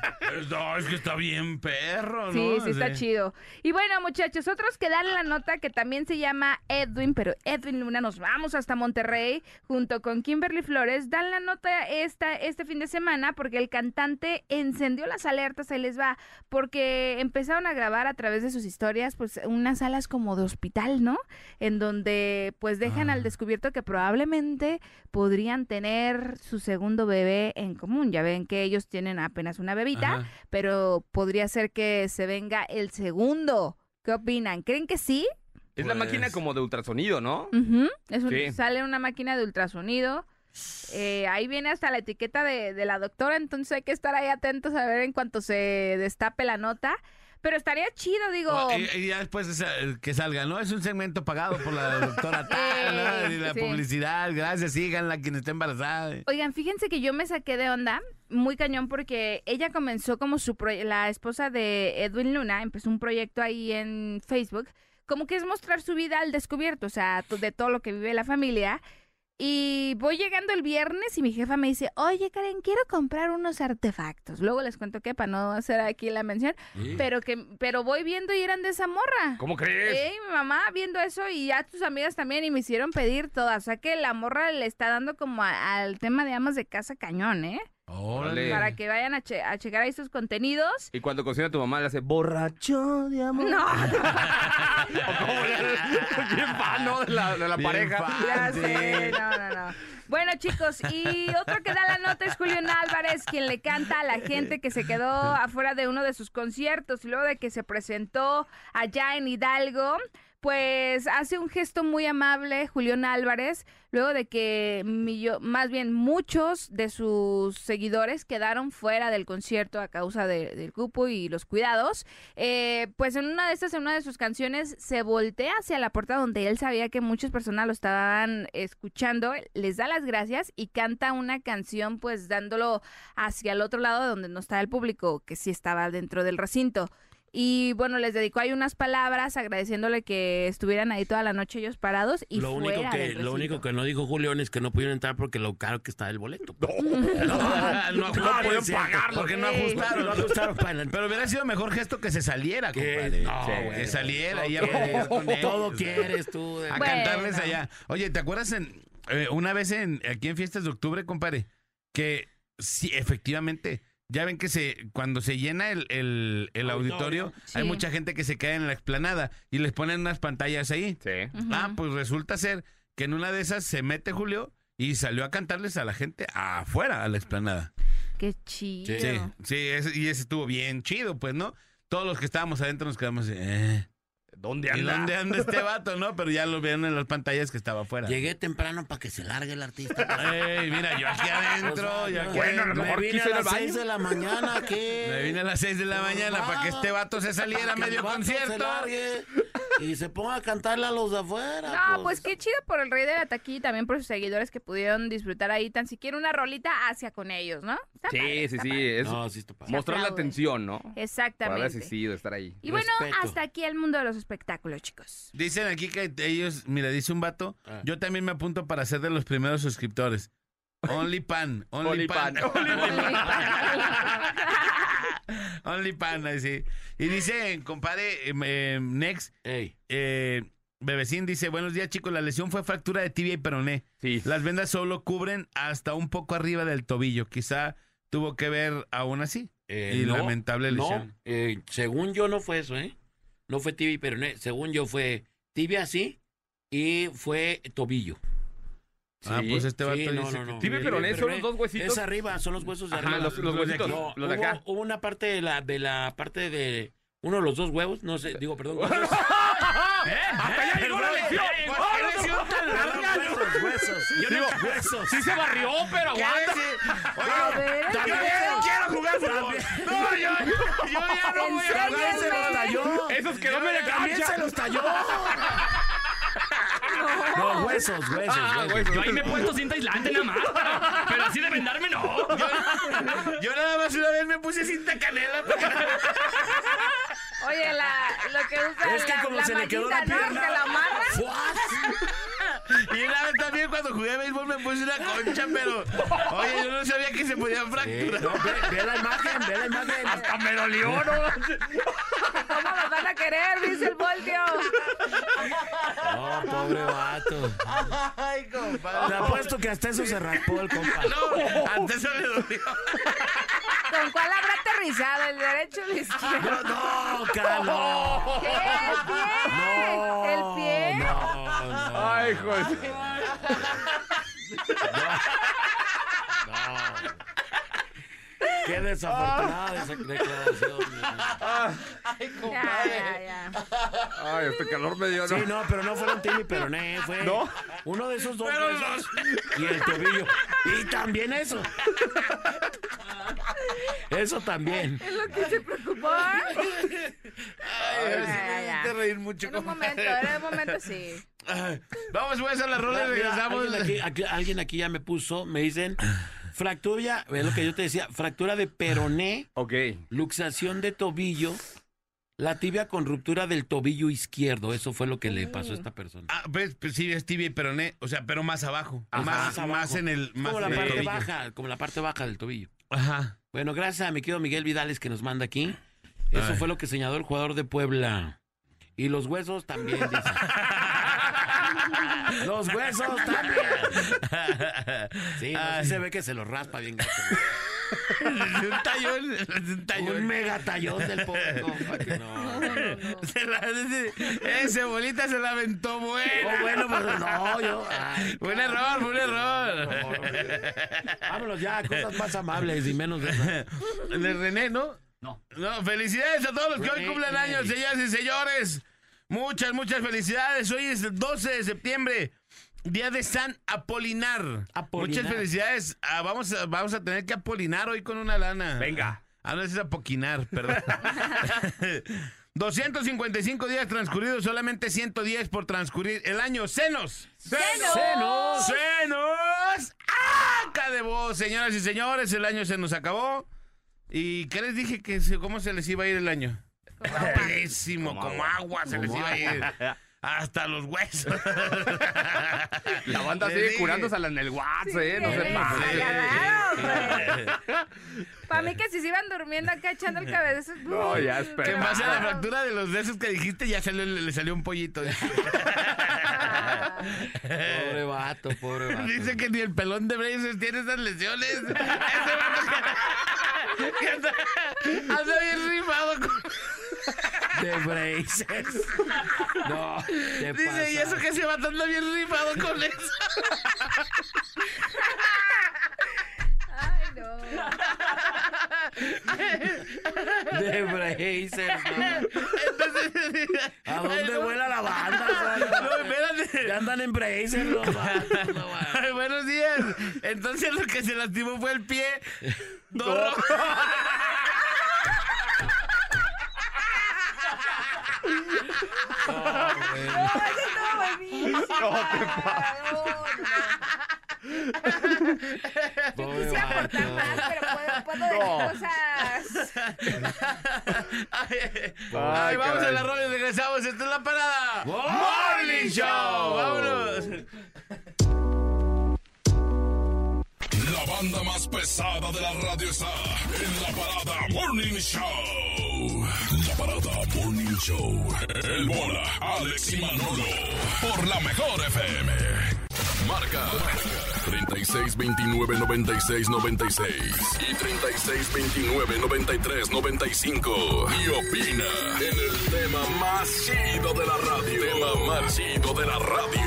No, es que está bien perro,
Sí,
¿no?
sí, está chido. Y bueno, muchachos, otros que dan la nota que también se llama Edwin, pero Edwin Luna, nos vamos hasta Monterrey junto con Kimberly Flores. Dan la nota esta, este fin de semana porque el cantante encendió las alertas, ahí les va, porque empezaron a grabar a través de sus historias, pues unas salas como de hospital, ¿no? En donde pues dejan
Ah.
al descubierto que probablemente podrían tener su segundo bebé en común. Ya ven que ellos tienen apenas una bebita
Ajá.
pero podría ser que se venga el segundo. ¿Qué opinan? ¿Creen que sí?
Es la
Pues-
máquina como de ultrasonido, ¿no?
Ujú. Es un-
Sí.
Sale una máquina de ultrasonido. Eh, ahí viene hasta la etiqueta de, de la doctora, entonces hay que estar ahí atentos a ver en cuanto se destape la nota. Pero estaría chido, digo.
O- Y, y ya después esa- eh, que salga, ¿no? Es un segmento pagado por la doctora tal, ¿no? Y la
Sí.
publicidad, gracias, síganla, quien está embarazada.
Oigan, fíjense que yo me saqué de onda muy cañón porque ella comenzó como su proye- la esposa de Edwin Luna, empezó un proyecto ahí en Facebook, como que es mostrar su vida al descubierto, o sea, to- de todo lo que vive la familia. Y voy llegando el viernes y mi jefa me dice, oye Karen, quiero comprar unos artefactos. Luego les cuento que para no hacer aquí la mención, pero que pero voy viendo y eran de esa morra.
¿Cómo crees?
Ey, mi mamá viendo eso y ya tus amigas también y me hicieron pedir todas. O sea que la morra le está dando como a- al tema de amas de casa cañón, ¿eh?
Órale.
para que vayan a, che- a checar ahí sus contenidos.
Y cuando cocina tu mamá le hace borracho de amor.
No,
¿O cómo le hace? Bien fan, ¿no? De la, de la
Bien
pareja.
fan.
ya sé, no, no, no. Bueno, chicos, y otro que da la nota es Julián Álvarez, quien le canta a la gente que se quedó afuera de uno de sus conciertos y luego de que se presentó allá en Hidalgo. Pues hace un gesto muy amable Julián Álvarez, luego de que millo- más bien muchos de sus seguidores quedaron fuera del concierto a causa de- del cupo y los cuidados. Eh, pues en una de estas, en una de sus canciones, se voltea hacia la puerta donde él sabía que muchas personas lo estaban escuchando, les da las gracias y canta una canción, pues dándolo hacia el otro lado donde no estaba el público, que sí estaba dentro del recinto. Y bueno, les dedicó ahí unas palabras agradeciéndole que estuvieran ahí toda la noche ellos parados y
lo único
fuera
que
del
lo único
recinto.
que no dijo Julián es que no pudieron entrar porque lo caro que está el boleto. pues. No,
No, no pudieron
es cierto.
pagarlo, que no
Ey.
ajustaron.
No ajustaron para el-
Pero hubiera sido mejor gesto que se saliera, compadre.
Que- no, güey.
que saliera y ya
Todo
platicar con
quieres,
ellos.
Todo quieres tú. de-
A
Bueno.
cantarles allá. Oye, ¿te acuerdas en eh, una vez en aquí en fiestas de octubre, compadre? Que sí, efectivamente. Ya ven que se cuando se llena el, el- el
Auditorio.
auditorio, hay
Sí.
mucha gente que se queda en la explanada y les ponen unas pantallas ahí.
Sí.
Ujú.
Ah, pues resulta ser que en una de esas se mete Julio y salió a cantarles a la gente afuera a la explanada.
Qué chido.
Sí, sí, ese- y ese estuvo bien chido, pues, ¿no? Todos los que estábamos adentro nos quedamos así, eh,
¿Dónde
¿y
anda?
dónde anda este vato, no? Pero ya lo vieron en las pantallas que estaba afuera.
Llegué temprano para que se largue el artista.
Ey, mira, Eh, yo aquí adentro,
O sea,
yo aquí
Bueno, a lo
adentro.
Me
mejor
vine
quiso
a
ir al
las
baño.
6 de la mañana aquí.
Me vine a las 6 de la mañana para que este vato se saliera a
Para que
medio
el vato se
concierto.
largue y se ponga a cantarle a los de afuera.
No, pues qué chido por el rey de la taquilla y también por sus seguidores que pudieron disfrutar ahí tan siquiera una rolita hacia con ellos, ¿no? Está padre,
Sí, sí,
está
sí.
padre.
Es
No, sí está padre.
mostrar la
aplaude.
atención, ¿no? Para haber
Exactamente.
asistido, estar ahí.
Y bueno,
Respeto.
hasta aquí el mundo de los espectáculos, chicos.
Dicen aquí que ellos, mira, dice un vato,
Ah.
yo también me apunto para ser de los primeros suscriptores. Only pan, only,
Only pan.
pan, only pan, así. Y dice, compadre, em, em, next,
Ey,
eh, Bebecín dice, buenos días chicos, la lesión fue fractura de tibia y peroné.
Sí.
Las vendas solo cubren hasta un poco arriba del tobillo. Quizá tuvo que ver aún así.
eh,
y
no,
lamentable
No,
lesión.
eh, según yo no fue eso, ¿eh? No fue tibia y peroné. Según yo fue tibia, sí, y fue tobillo.
Ah,
Sí.
pues este vato
Sí, no,
dice
no, no.
que-
Tibia y peroné son los dos huesitos.
Es arriba, son los huesos de
Ajá,
arriba.
los- los
de
huesitos,
aquí. No,
los de acá.
Hubo, hubo una parte de la, de la parte de uno de los dos huevos, no sé, digo, perdón. ¿Eh?
¡Hasta allá llegó la lección! ¡Ah, no, no, no!
Huesos, huesos. Yo digo, huesos.
Sí se barrió, pero aguanta.
A ver,
también-
creo.
quiero jugar fútbol. No, yo, yo ya no voy a jugar.
También se los talló.
Esos que no me de
También
cancha.
se los talló. No, huesos, huesos.
Ah,
huesos.
Yo ahí me he puesto cinta aislante nada más. pero- Pero así de vendarme no.
Yo nada más una vez me puse cinta canela.
Oye, la, lo que usa
Es que
la,
como
la
se le quedó la
mallita, ¿no?
pierna.
Que la amarra.
¡Fuas!
Y una vez también cuando jugué a béisbol me puse una concha, pero. Oye, yo no sabía que se podían
Eh,
fracturar.
no, ve, ve la imagen, ve la imagen.
Hasta me dolió, ¿no?
¿Cómo los van a querer? Dice el voltio.
No,
pues,
pobre vato.
Ay,
Te
compadre.
apuesto que hasta eso se raspó el compa.
No, antes se me dolió.
¿Con cuál habrá aterrizado? ¿El derecho o el izquierdo?
No, Carlos.
¿Qué? ¿El pie? ¿El pie?
No, no.
Ay, José.
Qué desafortunada esa declaración. ¿no?
Ya, ya, ya.
Ay, este calor me dio, ¿no?
Sí, no, pero no fueron Timmy Peroné, fue
¿No?
uno de esos dos
Fueron
huesos y el tobillo. Y también eso. Eso también.
Es lo que se preocupó.
Ay,
ya, ya.
me hiciste reír mucho.
En un
compadre.
momento, era un momento Pues sí.
Ay, Vamos, voy a hacer la rola y
Mira,
regresamos.
alguien, aquí, aquí- alguien aquí ya me puso, me dicen, fractura, es lo que yo te decía, fractura de peroné,
Ok.
luxación de tobillo, la tibia con ruptura del tobillo izquierdo. Eso fue lo que le pasó a esta persona.
Ah, pues, pues sí, es tibia y peroné, o sea, pero más abajo.
Ajá.
más,
Más abajo.
más en el. Más
como la
en el
parte
tobillo.
baja, como la parte baja del tobillo.
Ajá.
Bueno, gracias a mi querido Miguel Vidales que nos manda aquí. Eso
Ay.
fue lo que señaló el jugador de Puebla. Y los huesos también, dice. los huesos también. Sí, no, sí
Ay.
se ve que se los raspa bien gacho.
un tallón, un tallón.
Un mega tallón del pobre. No, Pati,
No, no,
no.
no.
Se la- ese, ese Cebolita se la aventó
Oh,
buena.
bueno, pues no, yo. ay,
Fue un error, fue un
no,
error.
hombre. Vámonos ya, cosas más amables y menos de esas.
El René, ¿no?
No.
No, felicidades a todos los que hoy
René,
cumplen
René.
años, señoras y señores. Muchas, muchas felicidades. Hoy es el 12 de septiembre, día de San Apolinar.
Apolinar.
Muchas felicidades. Ah, vamos, a, vamos a tener que apolinar hoy con una lana.
Venga.
Ah, no, ese es apoquinar, perdón. 255 días transcurridos, solamente 110 por transcurrir el año. ¡Senos!
¡Senos!
¡Senos! ¡Senos! ¡Aca de vos, señoras y señores! El año se nos acabó. ¿Y qué les dije? que se- ¿Cómo se les iba a ir el año? Pésimo, como, agua se les iba a ir. Hasta los huesos.
La banda
Les
sigue
dije.
curándose en el WhatsApp, ¿eh? No se
sí,
pase.
sí. Agarrados, Para Ah, mí que si se iban durmiendo acá echando el cabezazo.
No, ya, espera.
Que
Qué
en base a la
bárbaro.
fractura de los besos que dijiste, ya salió- le salió un pollito.
Pobre vato, pobre vato.
Dice que ni el pelón de Braces tiene esas lesiones. Ese vato que- que anda, anda bien rifado. con-
De braces. No, te
Dice,
pasa.
y eso que ese vato anda bien rifado con eso.
Ay, no.
De braces. no.
Entonces,
¿A dónde vuela la banda?
No,
No,
espérate.
Ya andan en braces los vatos, no, va.
Ay, buenos días. Entonces lo que se lastimó fue el pie. Dos ro-
Ay, no, buenísima. No, no. Yo
Pobre
quise aportar
vato.
más, pero puedo, puedo decir cosas.
Ay, vamos
caray.
a la rola y regresamos. Esta es la parada.
Morning Show.
Vámonos.
La banda más pesada de la radio está en la parada Morning Show. La parada Morning Show. El bola, Alex y Manolo. Por la mejor FM. Marca 36 29 96 96 y 36 29 93 95. Y opina en el tema más chido de la radio. Tema más chido de la radio.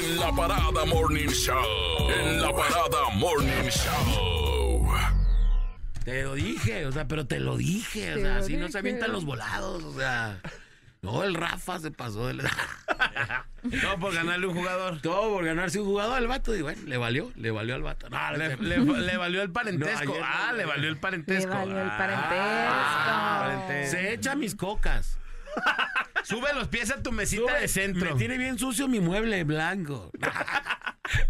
En la parada Morning Show. En la parada Morning Show.
Te lo dije, o sea, pero te lo dije, o
Te
sea,
lo
así no se
dije.
avientan los volados, o sea. No, el Rafa se pasó de la...
Todo por ganarle un jugador.
Todo por ganarse un jugador al vato, y bueno, le valió, le valió al vato. No, no
Le,
se-
le- le valió el parentesco.
No, ayer no.
ah, le valió el parentesco.
Le valió el
Ah,
parentesco.
parentesco.
se echa mis cocas.
Sube los pies a tu mesita
Sube-
de centro.
Me tiene bien sucio mi mueble blanco.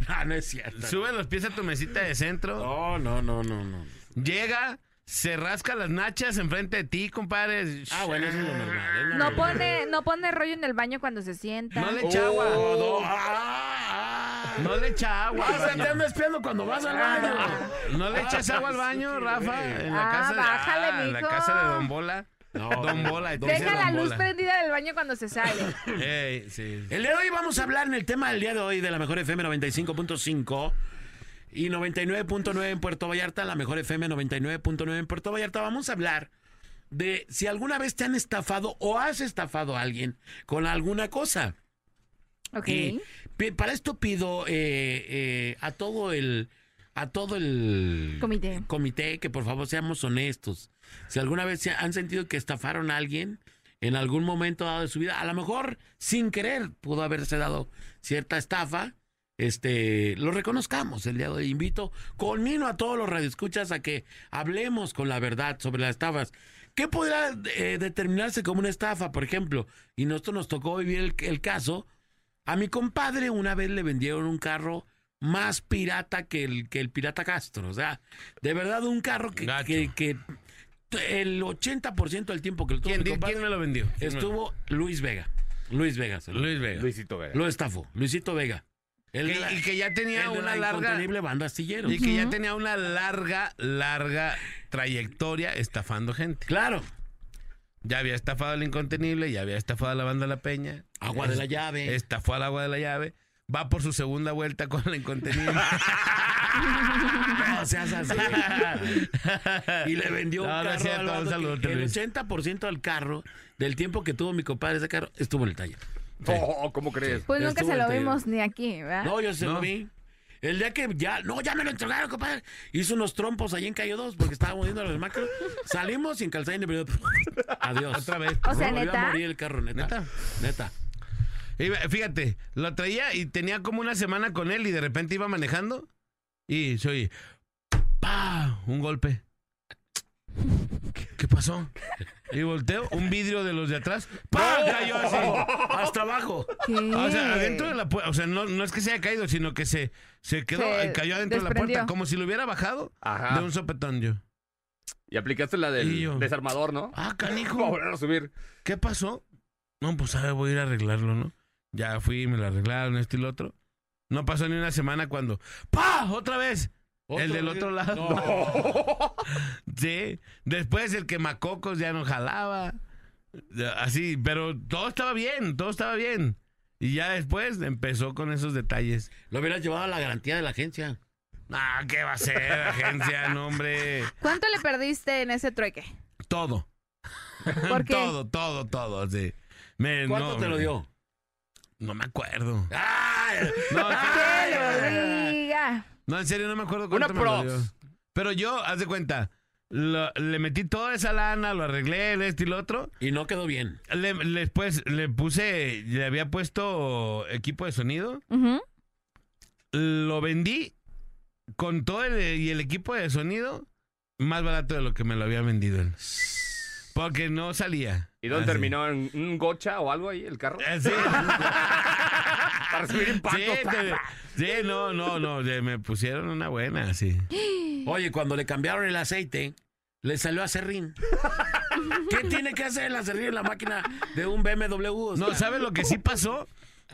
no, no es cierto.
Sube los pies a tu mesita de centro.
No, no, no, no, no.
Llega, se rasca las nachas enfrente de ti, compadre.
Ah, bueno, eso es lo normal. es lo
No
normal.
pone, no pone rollo en el baño cuando se sienta.
No le echa agua.
Oh, no. Ah, ah.
No le echa agua. al
Vas a
baño. Ah.
andarme espiando cuando vas al baño.
No le echas
Ah,
agua al baño, Rafa. En la
Ah,
casa de,
bájale,
en la
mijo.
casa de Don Bola.
No,
Don
no.
Bola. dice
Deja la
Don
luz
Bola.
prendida del baño cuando se sale.
Ey, sí.
El día de hoy vamos a hablar en el tema del día de hoy de la mejor FM 95.5 y 99.9 en Puerto Vallarta, la mejor FM 99.9 en Puerto Vallarta. Vamos a hablar de si alguna vez te han estafado o has estafado a alguien con alguna cosa.
Ok.
Y pi- para esto pido eh, eh, a todo el a todo el
Comité.
comité que por favor seamos honestos. Si alguna vez se han sentido que estafaron a alguien en algún momento dado de su vida, a lo mejor sin querer pudo haberse dado cierta estafa. Este, lo reconozcamos el día de hoy. Invito, conmino a todos los radioescuchas a que hablemos con la verdad sobre las estafas. ¿Qué podrá eh, determinarse como una estafa, por ejemplo? Y nosotros nos tocó vivir el- el caso a mi compadre una vez le vendieron un carro más pirata que el, que el pirata Castro. O sea, de verdad un carro que,
Gacho.
que, que t- el 80% del tiempo que lo tuvo
¿Quién,
mi
di-
compadre
quién me lo vendió? ¿Quién me lo-
estuvo Luis Vega. Luis Vega. se lo-
Luis Vega.
Luisito Vega.
Lo estafó. Luisito Vega. El, de la-
Que- y que ya tenía
el de
una
la
larga.
incontenible banda astillero.
Y que ya tenía una larga, larga trayectoria estafando gente.
Claro.
Ya había estafado al incontenible, ya había estafado a la banda La Peña.
Agua de la llave.
Estafó al agua de la llave. Va por su segunda vuelta con el incontenible.
No seas así. y le vendió un
No, no es
carro
cierto,
al vato
un saludo,
que El
Luis.
80% del carro, del tiempo que tuvo mi compadre ese carro, estuvo en el taller.
Oh, ¿Cómo crees?
Pues
Ya
nunca
estuvo
se
el
lo
taller.
vimos ni aquí, ¿verdad?
No, yo se
No.
lo vi. El día que ya, no, ya me lo entregaron, compadre. Hizo unos trompos ahí en Cayo 2 porque estábamos viendo los macros. Salimos sin calzadín de periodo. Adiós.
Otra vez.
O sea,
No, iba a
neta.
morir el carro, neta.
¿Neta?
Neta.
Iba- Fíjate, lo traía y tenía como una semana con él y de repente iba manejando y se oye, ¡pa! Un golpe. ¿Qué- ¿Qué pasó? Y volteo, un vidrio de los de atrás, ¡pa! Cayó así.
Hasta abajo.
¿Qué?
O sea, adentro de la puerta, o sea, no, no es que se haya caído, sino que se, se quedó,
Se
cayó adentro de la
desprendió.
puerta, como si lo hubiera bajado
Ajá.
de un sopetón yo.
Y aplicaste la
Y yo.
del desarmador, ¿no?
Ah,
Para
canijo,
volver a subir.
¿qué pasó? No, pues a ver, voy a ir a arreglarlo, ¿no? Ya fui, me lo arreglaron, esto y lo otro. No pasó ni una semana cuando, ¡pa! Otra vez. el del otro lado. Sí. Después el quemacocos ya no jalaba. Ya, Así, pero todo estaba bien, todo estaba bien. Y ya después empezó con esos detalles.
Lo hubieras llevado a la garantía de la agencia.
Ah, ¿qué va a ser, agencia? No, hombre.
¿Cuánto le perdiste en ese trueque?
Todo.
¿Por qué?
Todo, todo, todo. Sí. Me-
¿Cuánto
no,
te lo dio? ¡Ah!
No me acuerdo.
¡Ay!
No,
¡Que lo diga!
No, en serio, no me acuerdo
Una
cuánto me lo
prox.
dio. Pero yo, haz de cuenta, lo- le metí toda esa lana, lo arreglé, el este y lo otro.
Y no quedó bien.
Le, le- pues, le puse, le había puesto equipo de sonido.
Ujú.
Lo vendí con todo el, y el equipo de sonido más barato de lo que me lo había vendido él. Porque no salía.
¿Y dónde
Así.
terminó? ¿En un gocha o algo ahí el carro?
Ah, Eh, Sí,
Para recibir impacto.
sí, te- sí, no, no, no, de- me pusieron una buena, sí.
Oye, cuando le cambiaron el aceite, le salió acerrín. ¿Qué tiene que hacer el acerrín en la máquina de un BMW? O sea,
No, ¿sabes lo que sí pasó?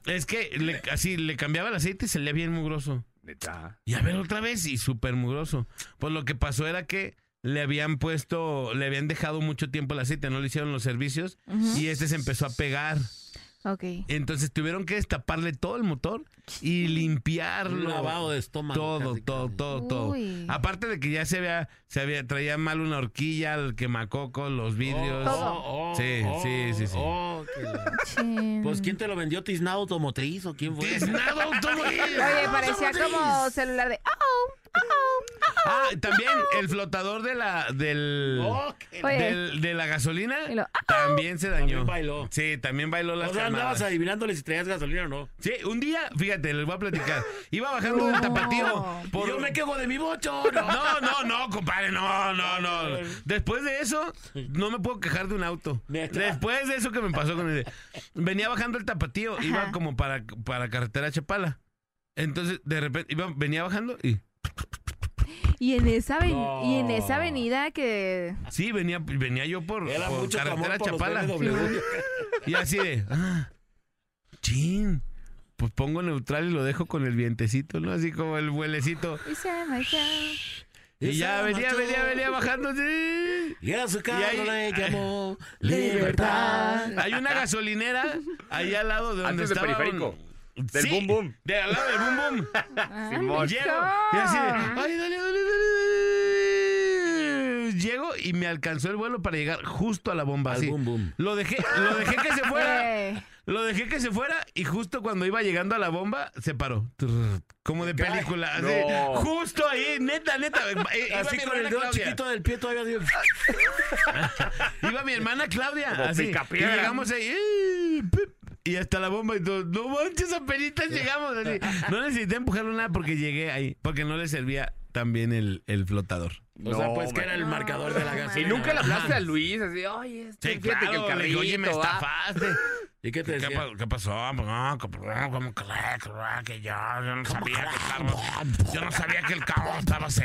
Es que le- así le cambiaba el aceite y se le bien mugroso.
Neta.
Y a ver otra vez, y súper mugroso. Pues lo que pasó era que le habían puesto, le habían dejado mucho tiempo el aceite, no le hicieron los servicios y este se empezó a pegar.
Ok.
Entonces tuvieron que destaparle todo el motor y
un
limpiarlo.
lavado de estómago.
todo,
casi,
todo,
casi.
todo, todo.
Uy.
Aparte de que ya se había, se había, traía mal una horquilla, el quemacoco, los vidrios.
Oh, oh,
Sí,
oh,
sí, sí, sí.
oh, que la-
Chin.
Pues, ¿quién te lo vendió? ¿Tiznado Automotriz o quién fue?
Tiznado Automotriz.
Oye, parecía como celular de. ¡Oh! ¡Oh!
Ah, también el flotador de la, del,
Oh, que la-
Oye.
del- de la gasolina
Pues, Y lo- ¡ah!
también se dañó.
También bailó.
Sí, también bailó las
O sea,
carnadas.
andabas adivinándole si traías gasolina o no.
Sí, un día, fíjate, les voy a platicar. Iba bajando del tapatío.
Y
por-
Yo me quejo de mi bocho. No,
No, no, no, compadre, no, no, no. Después de eso, no me puedo quejar de un auto.
Neta.
Después de eso que me pasó con el... Venía bajando el tapatío, iba
Ajá.
como para, para carretera Chapala. Entonces, de repente, iba, venía bajando y...
Y en esa, aven-
No.
y en esa avenida que.
Sí, venía, venía yo por,
Era
por
mucho
carretera
clamor por los
Chapala.
BMW.
Y así de, ah, chin, pues pongo neutral y lo dejo con el vientecito, ¿no? Así como el vuelecito.
Y se me quedó.
Y
Ese
ya venía,
macho.
venía, venía bajando. sí.
Y a su carro
ahí-
le llamó Libertad.
Hay una gasolinera ahí al lado de donde
Antes del
estaba
periférico.
un-
Del boom boom.
De al lado del boom boom.
Simón.
Llego. Y así de, ay, dale, dale, dale. Llego y me alcanzó el vuelo para llegar justo a la bomba.
Al
así.
boom, boom.
Lo dejé, lo dejé que se fuera.
Eh,
Lo dejé que se fuera y justo cuando iba llegando a la bomba, se paró. Trrr, Como de película. así.
No.
Justo ahí, neta, neta. Eh, iba
Así
mi
con el
hermana
dedo
Claudia.
chiquito del pie todavía. digo,
Iba mi hermana Claudia.
Como
Así. Y
picapiedra.
llegamos ahí. ¡eh! ¡pip! Y hasta la bomba y todo. No manches, apenitas llegamos. así. No necesité empujarlo nada porque llegué ahí. Porque no le servía también el, el flotador.
O sea,
No,
pues que
man.
era el marcador de la
Y
gasolina.
nunca le hablaste a Luis así, oye, este, fíjate que el
le dije,
carrito, ah".
Oye, me
va".
estafaste.
¿Y qué te
¿Qué,
decía?
pa- qué pasó? Pues No, que- ¿cómo crees? ah, Que yo, yo no sabía que el carro- Yo no sabía que el carro estaba así.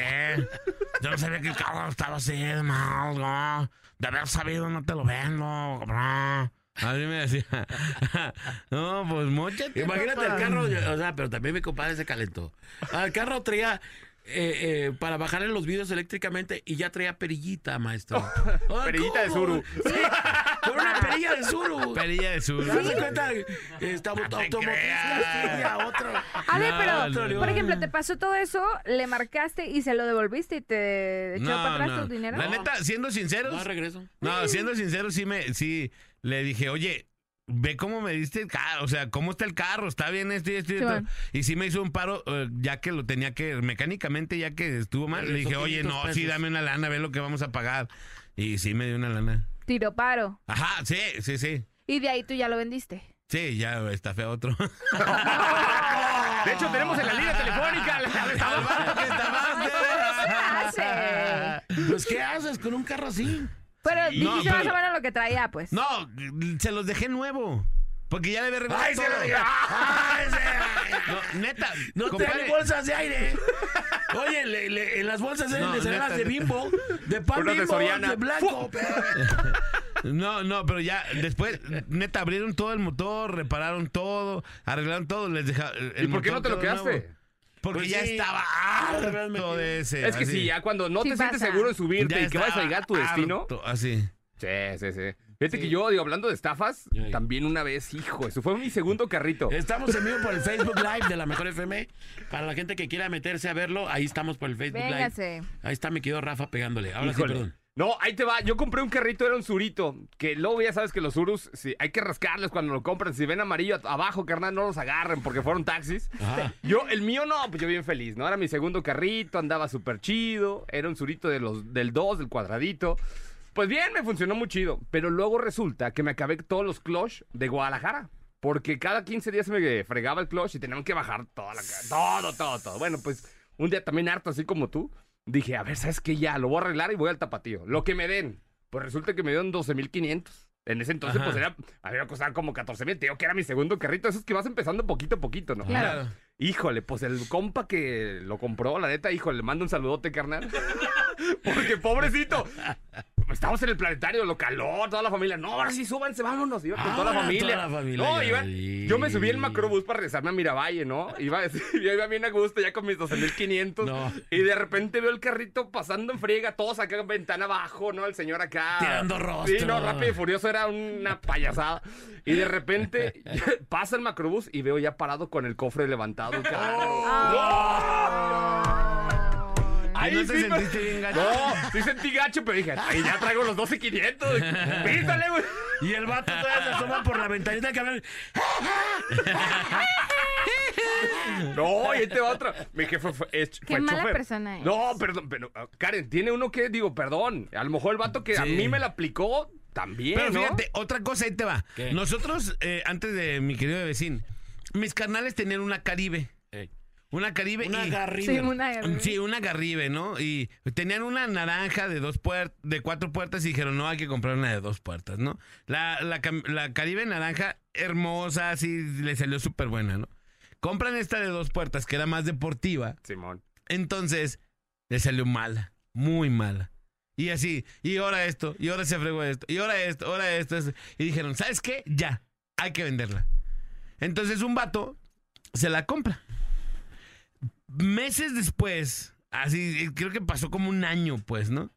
Yo no sabía que el carro estaba así, no, no. De haber sabido no te lo vendo, cabrón. A mí me decía, no, pues mochate.
Imagínate el carro, o sea, pero también mi compadre se calentó. Al carro traía eh, eh, para bajarle los videos eléctricamente y ya traía perillita, maestro. Ah,
Perillita de
¿cómo?
suru.
Sí, con una perilla de suru.
Perilla de sur.
¿Te das cuenta? eh, Está automovilista,
creas.
sí, a otro.
A ver,
No, otro
pero,
león.
por ejemplo, te pasó todo eso, le marcaste y se lo devolviste y te echó para atrás tu dinero.
La neta, siendo sinceros,
No, regreso.
No, siendo sincero, sí me, sí, le dije, oye, ve cómo me diste el carro, o sea, cómo está el carro, está bien esto y esto y
Sí,
esto.
bueno.
Y sí me hizo un paro, eh, ya que lo tenía que, mecánicamente, ya que estuvo mal, le
Regresó
dije, oye,
500
no, sí,
pesos.
dame una lana, ve lo que vamos a pagar. Y sí me dio una lana.
Tiro paro.
Ajá, sí, sí, sí.
Y de ahí tú ya lo vendiste.
Sí, ya estafé a otro.
De hecho, tenemos en la línea telefónica. la-
Al vato que estafaste.
¿Qué se hace?
Pues, ¿qué haces con un carro así?
Pero
No,
dijiste más
pero-
o menos lo que traía, pues.
No, se los dejé nuevo. Porque ya le había regalado.
¡Ay, se lo
todo.
diga! ¡Ay, se-
No, neta.
No te
compadre,
dan bolsas de aire. Oye, le- le- en las bolsas eran
No,
de cereales
neta,
de
neta.
bimbo, de pan
Unas de
bimbo,
Soriana.
de blanco.
No, no, pero ya después, neta, abrieron todo el motor, repararon todo, arreglaron todo, les dejaron.
¿Y por qué no te lo quedaste?
Porque
Pues
ya
sí.
estaba harto de ese.
Es que
así.
sí, ya cuando no
Sí
te sientes
pasa.
seguro de subirte
Ya
y que vas a
estaba
llegar a tu destino.
harto, así.
Sí, sí, sí. Fíjate que yo, digo, hablando de estafas,
Ey.
también una vez, hijo, eso fue mi segundo carrito.
Estamos en vivo por el Facebook Live de la Mejor FM. Para la gente que quiera meterse a verlo, ahí estamos por el Facebook Live.
eh,
Véngase.
Ahí está mi querido Rafa pegándole. Ahora
Híjole.
sí, perdón.
No, ahí te va. Yo compré un carrito, era un surito. Que luego ya sabes que los surus, sí, hay que rascarlos cuando lo compran. Si ven amarillo at- abajo, carnal, no los agarren porque fueron taxis.
Ajá.
Yo, el mío no, pues yo bien feliz, ¿no? Era mi segundo carrito, andaba súper chido. Era un surito de los, del 2, del cuadradito. Pues bien, me funcionó muy chido. Pero luego resulta que me acabé todos los clutch de Guadalajara. Porque cada 15 días se me fregaba el clutch y tenían que bajar toda la ca- todo, todo, todo. Bueno, pues un día también harto, así como tú, dije, a ver, ¿sabes qué? Ya, lo voy a arreglar y voy al tapatío. Lo que me den. Pues resulta que me dieron 12,500. En ese entonces, pues era, a mí me costaban como 14,000. Te digo que era mi segundo carrito. Eso es que vas empezando poquito a poquito, ¿no?
Claro.
Híjole, pues el compa que lo compró, la neta, híjole, le mando un saludote, carnal. Porque pobrecito. Estamos en el planetario, lo caló, toda la familia. No, ahora sí, súbanse, vámonos. Iba con toda la
Ahora
familia.
Ah, toda la familia,
no,
ya
iba-
vi.
yo me subí el macrobús para regresarme a Miravalle, ¿no? Iba, yo iba bien a gusto, ya con mis 12.500.
No.
Y de repente veo el carrito pasando en friega, todos acá en ventana abajo, ¿no? El señor acá.
Tirando rostro.
Sí, no, rápido y furioso era una payasada. Y de repente pasa el macrobús y veo ya parado con el cofre levantado. el carro.
¿Y
Ahí
no te
sí, pero-
sentiste bien gacho?
No, sí sentí gacho, pero dije, "Ay, ya traigo los 12,500. Písale, güey.
Y el vato todavía se asoma por la ventanita que abre.
No, y ahí te va otro. Mi jefe fue, es-
Qué
fue
mala
chofer.
persona eres.
No, perdón, pero ah, Karen, tiene uno que, digo, perdón. A lo mejor el vato que a
Sí.
mí me la aplicó también.
Pero
¿no?
fíjate, otra cosa ahí te va.
¿Qué?
Nosotros, eh, antes de mi querido vecino, mis carnales tenían una Caribe. Una Caribe
Una
y.
garrida.
Sí, una
Sí, una Garribe, ¿no? Y tenían una naranja de dos puer- de cuatro puertas y dijeron, no, hay que comprar una de dos puertas, ¿no? La, la cam- la Caribe naranja, hermosa, así, le salió súper buena, ¿no? Compran esta de dos puertas, que era más deportiva,
Simón.
entonces le salió mala, muy mala. Y así, y ahora esto, y ahora se fregó esto, y ahora esto, ahora esto, esto. Y dijeron, ¿sabes qué? Ya, hay que venderla. Entonces un vato se la compra. Meses después, así, eh, creo que pasó como un año, pues, ¿no?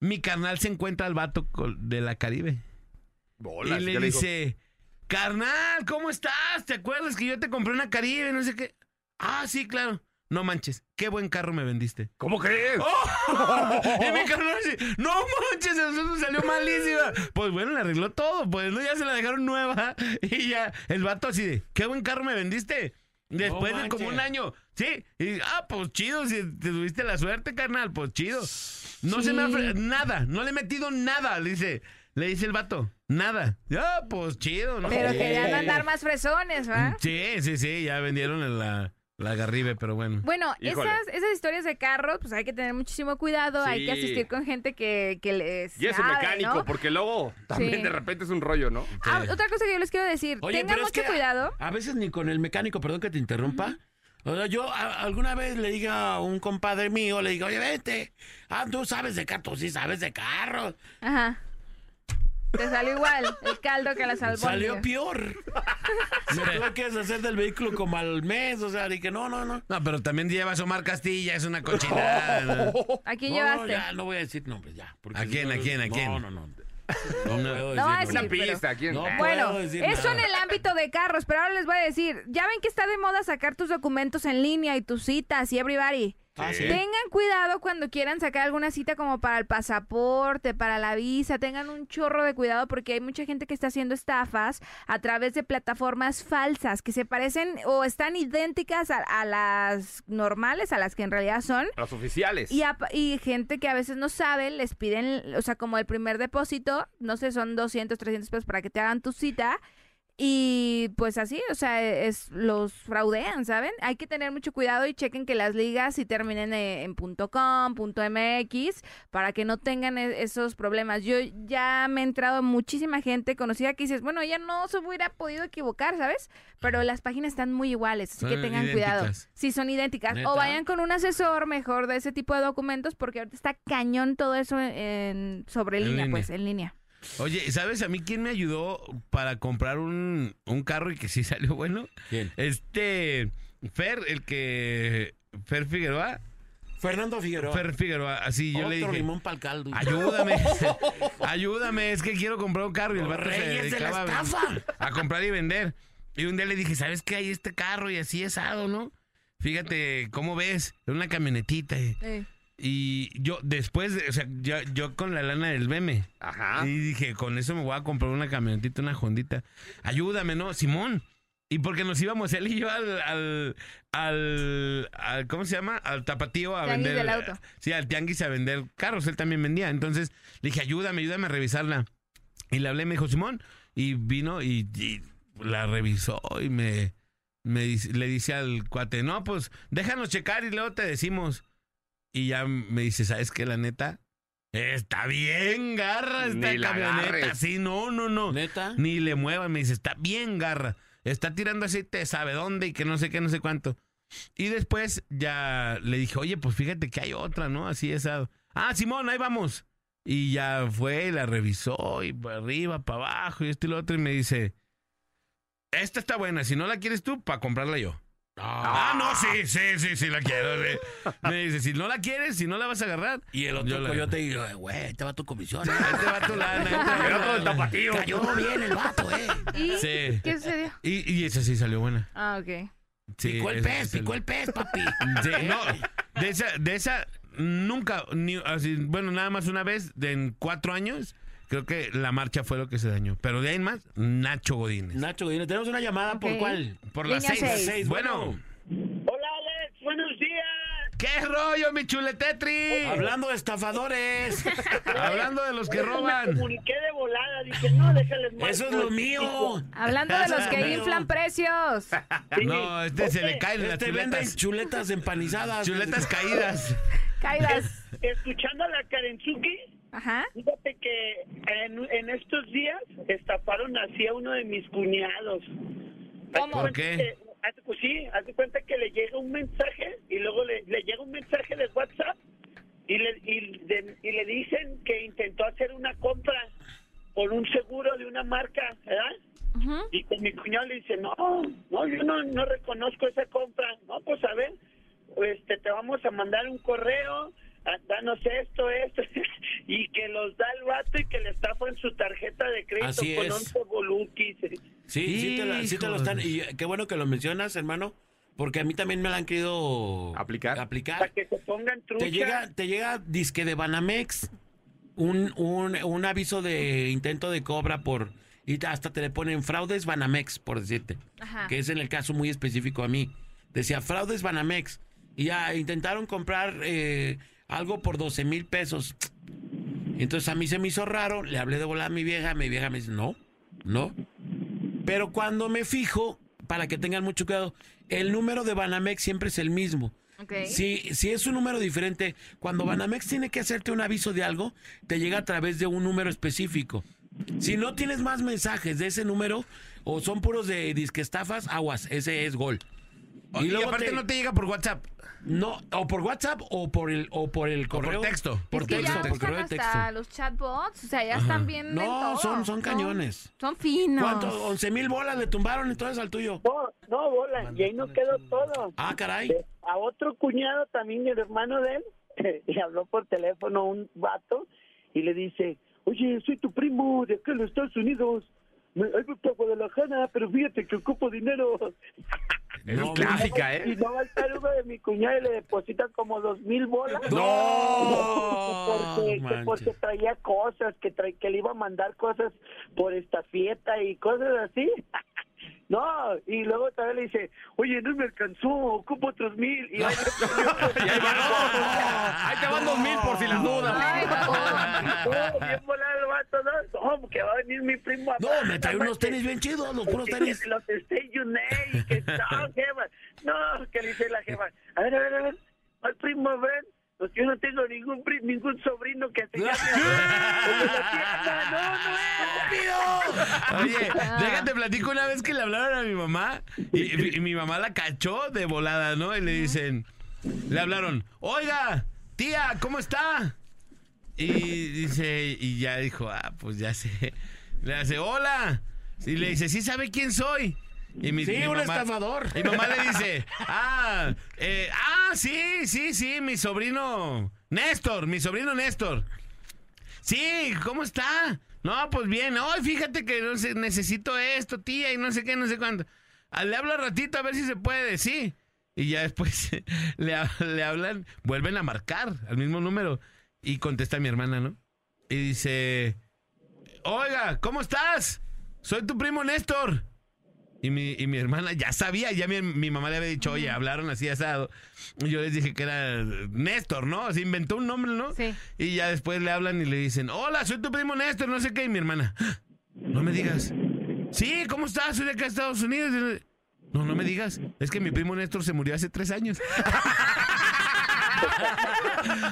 Mi carnal se encuentra al vato col- de la Caribe.
Bolas, ¿qué
y le
dijo?
dice, carnal, ¿cómo estás? ¿Te acuerdas que yo te compré una Caribe? No sé qué. Ah, sí, claro. No manches, qué buen carro me vendiste. ¡Oh!
¿Cómo crees?
Y mi carnal así, no manches, a nosotros nos salió malísima. Pues bueno, le arregló todo, pues ¿no? ya se la dejaron nueva. Y ya, el vato así de, qué buen carro me vendiste. Después
No
de como
manches.
un año, sí. Y, ah, pues chido, si te tuviste la suerte, carnal, pues chido. No se me ha fre- nada, no le he metido nada, le dice, le dice el vato, nada. Ah, pues chido, ¿no?
Pero
Sí.
querían andar más fresones,
Mm.
¿va?
Sí, sí, sí, ya vendieron la, la garribe, pero bueno.
Bueno,
Híjole.
esas, esas historias de carros, pues hay que tener muchísimo cuidado, hay que
Sí.
asistir con gente que, que les
Y es un
sabe,
mecánico,
¿no?
porque luego también
Sí.
de repente es un rollo, ¿no?
Ah, otra cosa que yo les quiero decir, tengan
pero es
mucho
que ah, a-
cuidado.
A veces ni con el mecánico, perdón que te interrumpa. O sea, yo a- alguna vez le dije a un compadre mío, le digo, oye, vete. Ah, tú sabes de carros, tú sí sabes de carros.
Ajá. Te salió igual el caldo que las albóndigas.
Salió peor. Me tuve que deshacer del vehículo como al mes, o sea, dije, no, no, no.
No, pero también llevas a Omar Castilla, es una cochinada.
¿A quién
no,
llevaste?
ya, no voy a decir nombres, ya. porque
¿A quién,
no-
a quién, a quién?
No, no, no. No puedo
No,
decir
Una
es Sí,
nombres.
pero-
pista, ¿quién?
No,
Bueno,
puedo decir
eso en
nada.
el ámbito de carros, pero ahora les voy a decir, ya ven que está de moda sacar tus documentos en línea y tus citas y everybody.
Ah, sí.
Tengan cuidado cuando quieran sacar alguna cita como para el pasaporte, para la visa, tengan un chorro de cuidado porque hay mucha gente que está haciendo estafas a través de plataformas falsas que se parecen o están idénticas a, a las normales, a las que en realidad son.
Los oficiales.
Y, ap- y gente que a veces no sabe, les piden, o sea, como el primer depósito, no sé, son 200, 300 pesos para que te hagan tu cita. Y pues así, o sea, es, los fraudean, ¿saben? Hay que tener mucho cuidado y chequen que las ligas sí terminen eh, en .com, .mx, para que no tengan e- esos problemas. Yo ya me ha entrado muchísima gente conocida que dices, bueno, ella no se hubiera podido equivocar, ¿sabes? Pero las páginas están muy iguales, así
Son
que tengan cuidado.
idénticas.
Sí, son idénticas.
¿Neta?
O vayan con un asesor mejor de ese tipo de documentos porque ahorita está cañón todo eso en, sobre
En
línea,
línea.
pues, en línea.
Oye, ¿sabes a mí quién me ayudó para comprar un, un carro y que sí salió bueno?
¿Quién?
Este, Fer, el que... Fer Figueroa.
Fernando Figueroa.
Fer Figueroa, así yo
Otro
le dije.
limón para el caldo.
Ayúdame, ayúdame, es que quiero comprar un carro y el
Los
vato se
reyes de la
dedicaba a-
estafa.
a comprar y vender. Y un día le dije, ¿sabes qué? Hay este carro y así asado, ¿no? Fíjate, ¿cómo ves? Era una camionetita. eh. Y yo después, de- o sea, yo, yo con la lana del meme.
Ajá.
Y dije, con eso me voy a comprar una camionetita, una hondita. Ayúdame, ¿no? Simón. Y porque nos íbamos él y yo al, al, al, al- ¿cómo se llama? Al tapatío a
Tianguis
vender.
del auto.
Sí, al tianguis a vender carros, él también vendía. Entonces le dije, ayúdame, ayúdame a revisarla. Y le hablé, me dijo, Simón. Y vino y, y la revisó y me, me dice- le dice al cuate, no, pues déjanos checar y luego te decimos. Y ya me dice, ¿sabes qué? La neta, está bien garra esta
Ni la
camioneta.
agarres.
Sí, no, no, no.
¿Neta?
Ni le muevan, me dice, está bien garra. Está tirando aceite, sabe dónde y que no sé qué, no sé cuánto. Y después ya le dije, oye, pues fíjate que hay otra, ¿no? Así esa. Ah, Simón, ahí vamos. Y ya fue, y la revisó, y para arriba, para abajo, y esto y lo otro, y me dice, esta está buena, si no la quieres tú, para comprarla yo. Ah, no, sí, sí, sí, sí, la quiero. sí. Me dice, si no la quieres, si no la vas a agarrar.
Y el
Yo
otro
la-
coyote digo, güey, te va tu comisión. ¿eh?
Ahí te va tu lana, ahí te va tu
El otro del
lana.
tapatío.
Cayó bien el vato, ¿eh?
¿Y
Sí.
qué sucedió?
Y, y esa sí salió buena.
Ah, ok.
Sí,
picó el
esa sí
pez,
salió.
picó el pez, papi.
Sí, no, de esa, de esa nunca, ni- así, bueno, nada más una vez de- en cuatro años, creo que la marcha fue lo que se dañó. Pero de ahí en más, Nacho Godínez.
Nacho Godínez, tenemos una llamada, ¿por
Ok.
cuál?
Por las
Línea
seis.
seis.
Seis,
Bueno,
bueno.
Hola Alex, buenos días.
¿qué rollo, mi chuletetri?
Hablando de estafadores.
Hablando de los que roban.
Comuniqué de volada, dije, no, déjales más.
Eso es lo mío.
Hablando de los que
Amigo.
inflan precios.
No, este se le caen las
Este venden
chuletas.
chuletas empanizadas.
Chuletas caídas.
Caídas.
Escuchando a la Karenzuki,
Ajá.
fíjate que en, en estos días estafaron así a uno de mis cuñados.
¿Cómo?
¿Por qué?
Hace, pues sí, hace cuenta que le llega un mensaje y luego le, le llega un mensaje de WhatsApp y le, y, de- y le dicen que intentó hacer una compra por un seguro de una marca, ¿verdad? Y con mi cuñado le dice, no, no, yo no, no reconozco esa compra. No, pues a ver, este, te vamos a mandar un correo, a- danos esto, esto, y que los da el vato y que le estafan su tarjeta de crédito
Así
con
es.
11 volutis.
Sí, sí te, la- sí te lo están. Y eh, qué bueno que lo mencionas, hermano, porque a mí también me la han querido
Aplicar.
Para
aplicar.
que se pongan trucha.
Te llega, te llega disque de Banamex un, un, un aviso de intento de cobra por. Y hasta te le ponen fraudes Banamex, por decirte.
Ajá.
Que es en el caso muy específico a mí. Decía fraudes Banamex. Y ya intentaron comprar eh, algo por 12 mil pesos. Entonces a mí se me hizo raro, le hablé de volar a mi vieja, mi vieja me dice, no, no. Pero cuando me fijo, para que tengan mucho cuidado, el número de Banamex siempre es el mismo.
Ok.
Si, si es un número diferente, cuando Banamex tiene que hacerte un aviso de algo, te llega a través de un número específico. Si no tienes más mensajes de ese número, o son puros de disque estafas, aguas, ese es gol.
Y, aparte no te llega por WhatsApp.
No, o por WhatsApp o por el, o por el
por
correo.
texto.
Por
es que
texto,
ya
por
están
correo de texto.
hasta los chatbots, o sea, ya están bien
No,
en todo.
son- son cañones.
Son finos.
¿Cuántos? 11 mil bolas le tumbaron entonces al tuyo.
No, no, bola, y ahí no quedó todo.
Ah, caray.
Eh, A otro cuñado también, el hermano de él, le habló por teléfono un vato y le dice, oye, soy tu primo de acá en los Estados Unidos. Me, ahí voy para Guadalajara, pero fíjate que ocupo dinero.
Es
No,
clásica,
Y
¿eh?
no va a estar uno de mi cuñado y le deposita como dos mil bolas.
¡No!
Porque, que
manches.
porque traía cosas, que, tra- que le iba a mandar cosas por esta fiesta y cosas así. No, y luego también le dice, oye, no me alcanzó, ocupo otros mil. Y ahí
Y ahí van, ¡oh! Ahí te van dos mil por si las
Ay,
dudas.
No, bien volado el vato, ¿no? No, que va a venir mi primo a
No, me trae unos tenis bien chidos, los puros
que-
tenis.
que Los Stay United, y que no, jefa. No, que le dice la jefa. A ver, a ver, a ver. ¿Cuál primo, ven? Pues yo no tengo ningún pri- ningún sobrino que se llame. Oye, la tienda, no, no,
Ah, Oye,
Ah.
Ah.
déjate platico una vez que le hablaron a mi mamá y, y mi mamá la cachó de volada, ¿no? Y le dicen, le hablaron, oiga, tía, ¿cómo está? Y dice, y ya dijo, ah, pues ya sé. Le hace, hola. Y le dice, ¿sí sabe quién soy? Y mi,
Sí,
mi
un
mamá-
estafador.
y mamá le dice, ah, eh, ah, sí, sí, sí, mi sobrino Néstor, mi sobrino Néstor. Sí, ¿cómo está? No, pues bien. Ay, fíjate que no sé, necesito esto, tía, y no sé qué, no sé cuánto. Ah, Le hablo al ratito a ver si se puede, sí. Y ya después le, ha- le hablan, vuelven a marcar al mismo número. Y contesta mi hermana, ¿no? Y dice, oiga, ¿cómo estás? Soy tu primo Néstor. Y mi, y mi hermana ya sabía, ya mi, mi mamá le había dicho, oye, hablaron así asado. Y yo les dije que era Néstor, ¿no? Se inventó un nombre, ¿no?
Sí.
Y ya después le hablan y le dicen, hola, soy tu primo Néstor, no sé qué. Y mi hermana, "Ah, no me digas. Sí, ¿cómo estás? Soy de acá de Estados Unidos. No, no me digas. Es que mi primo Néstor se murió hace tres años.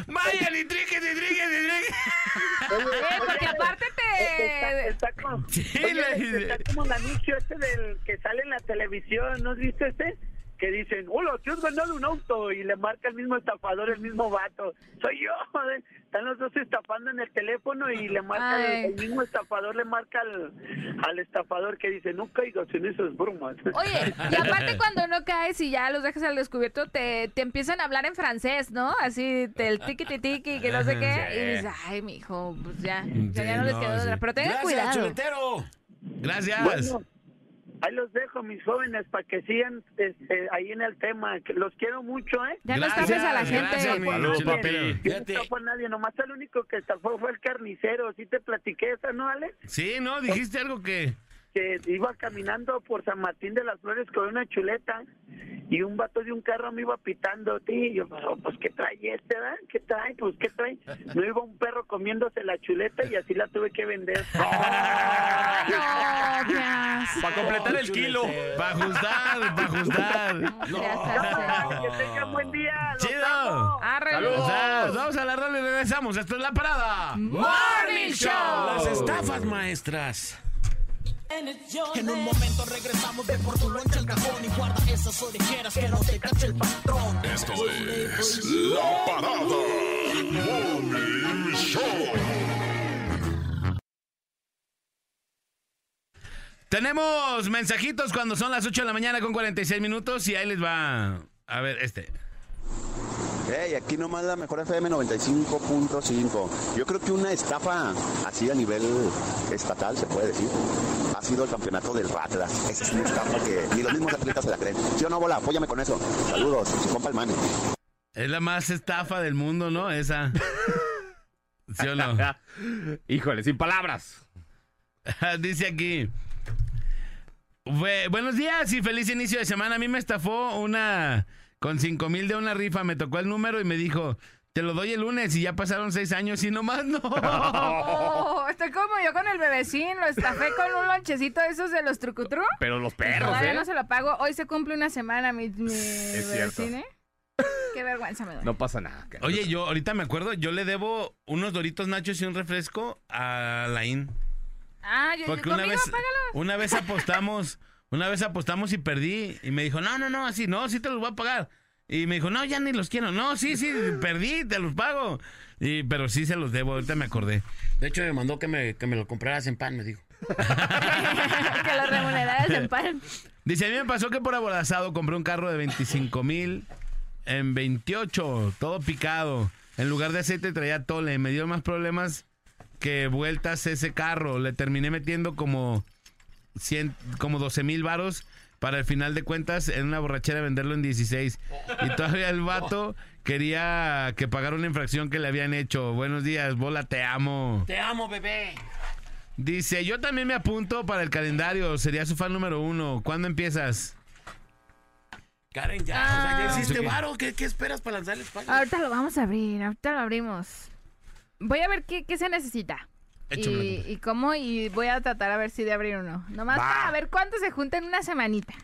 Vayan y tríquense, tríquense, tríquense.
Eh, porque aparte
Está,
te...
está como,
Sí,
oye,
le-
está como el anuncio este del que sale en la televisión, ¿no has visto este? Que dicen, hola, te has ganado un auto y le marca el mismo estafador, el mismo vato. Soy yo, joder. Están los dos estafando en el teléfono y le marca el,
Ay.
el mismo estafador, le marca al, al estafador que dice, no caigas en esas bromas.
Oye, y aparte cuando no caes y ya los dejas al descubierto, te, te empiezan a hablar en francés, ¿no? Así, te- el tiki tiki que no sé qué. Y dices, ay, mijo, pues ya, o sea, ya
Sí,
no les
no,
quedó
sí.
otra. Pero tengan
Gracias,
cuidado.
chuletero.
Gracias.
Bueno, ahí los dejo, mis jóvenes, para que sigan este, ahí en el tema. que Los quiero mucho, ¿eh?
Ya no
Gracias,
estafes a la gente.
gracias, mi
Saludos, papi.
chuletero.
Yo No
Fíjate.
estafó a nadie, nomás el único que estafó fue el carnicero. Sí te platiqué esa, ¿no, Alex?
Sí, ¿no? Dijiste algo que...
Que iba caminando por San Martín de las Flores con una chuleta y un vato de un carro me iba pitando. Tío, y yo, pues, oh, pues, ¿qué trae este, verdad? ¿Qué trae? Pues, ¿qué trae? No iba un perro comiéndose la chuleta y así la tuve que vender.
No, qué asco.
Para completar el kilo.
Para ajustar, para ajustar.
Qué asco.
Cámara, Que tengan buen día. los
Chido.
amo.
Arre,
O sea, nos vamos a la rola y regresamos. Esto es La Parada.
¡Morning
Las
Show!
estafas maestras.
En un momento regresamos de por tu loncha al cajón y guarda esas orejeras que no te cache el patrón.
Esto es La Parada Morning Show.
Tenemos mensajitos cuando son las 8 de la mañana con 46 minutos y ahí les va. A ver, este.
Hey, aquí nomás la mejor FM 95.5. Yo creo que una estafa así a nivel estatal, se puede decir, ha sido el campeonato del Batlas. Esa es una estafa que ni los mismos atletas se la creen. Yo no, bola, apóyame con eso. Saludos, su compa el Manny.
Es la más estafa del mundo, ¿no? Esa. ¿Sí o no?
Híjole, sin palabras.
Dice aquí. Bue- buenos días y feliz inicio de semana. A mí me estafó una con 5 mil de una rifa. Me tocó el número y me dijo, te lo doy el lunes y ya pasaron seis años y nomás no.
Oh, estoy como yo con el bebecín, lo estafé con un lonchecito de esos de los trucutru.
Pero los perros,
Todavía
¿eh?
no se lo pago. Hoy se cumple una semana mi, mi
cierto.
bebecín, ¿eh? Qué vergüenza me da.
No pasa nada.
Oye, yo ahorita me acuerdo, yo le debo unos doritos nachos y un refresco a Laín.
Ah, yo,
Porque
conmigo,
una vez,
págalo.
una vez apostamos, una vez apostamos y perdí. Y me dijo, no, no, no, así, no, sí te los voy a pagar. Y me dijo, no, ya ni los quiero. No, sí, sí, perdí, te los pago. Y, pero sí se los debo, ahorita me acordé.
De hecho, me mandó que me, que me lo compraras en pan, me dijo.
que lo remuneraras en pan.
Dice, a mí me pasó que por aborazado compré un carro de 25 mil en 28, todo picado. En lugar de aceite traía tole. Me dio más problemas que vueltas ese carro. Le terminé metiendo como, 100 como 12 mil varos para el final de cuentas en una borrachera venderlo en 16. Y todavía el vato quería que pagara una infracción que le habían hecho. Buenos días, bola, te amo.
Te amo, bebé.
Dice, yo también me apunto para el calendario. Sería su fan número uno. ¿Cuándo empiezas?
Karen, ya, o sea, ya
Ah.
hiciste
Ok.
varo. ¿Qué, qué esperas para lanzar el pan?
Ahorita lo vamos a abrir, ahorita lo abrimos. Voy a ver qué, qué se necesita. Y, y cómo, y voy a tratar a ver si de abrir uno. Nomás para ver cuánto se junta en una semanita.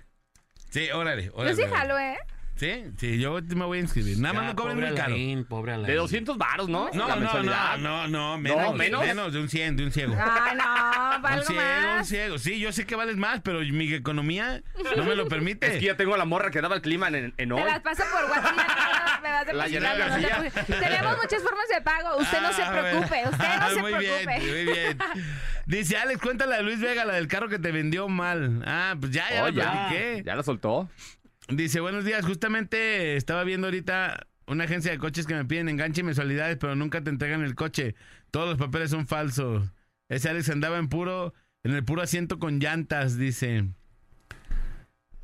Sí, órale,
Yo
órale.
sí
órale.
jalo, ¿eh?
Sí, sí, yo me voy a inscribir. Nada más no cobren muy caro.
Alain, pobre Alain.
De 200 varos, ¿no?
No,
La
no,
mensualidad.
no, no, no, menos,
No, menos.
menos. de un 100, de un ciego.
Ah, no, para
un
algo
ciego, un
más.
ciego. Sí, yo sé que vales más, pero mi economía no me lo permite.
Es que ya tengo la morra que daba el clima en, en hoy.
Te las paso por WhatsApp. ya no Me vas
La Yanira
depositando, no te
García.
preocupes. Tenemos muchas formas de pago. Usted no se
Ah, bueno.
preocupe. Usted no
Ah,
se
muy
preocupe.
Bien, muy bien. Dice, Alex, cuéntale a Luis Vega, la del carro que te vendió mal. Ah, pues ya, ya
Oh,
la
ya,
platiqué.
ya la soltó.
Dice, buenos días, justamente estaba viendo ahorita una agencia de coches que me piden enganche y mensualidades, pero nunca te entregan el coche. Todos los papeles son falsos. Ese Alex andaba en puro, en el puro asiento con llantas, dice.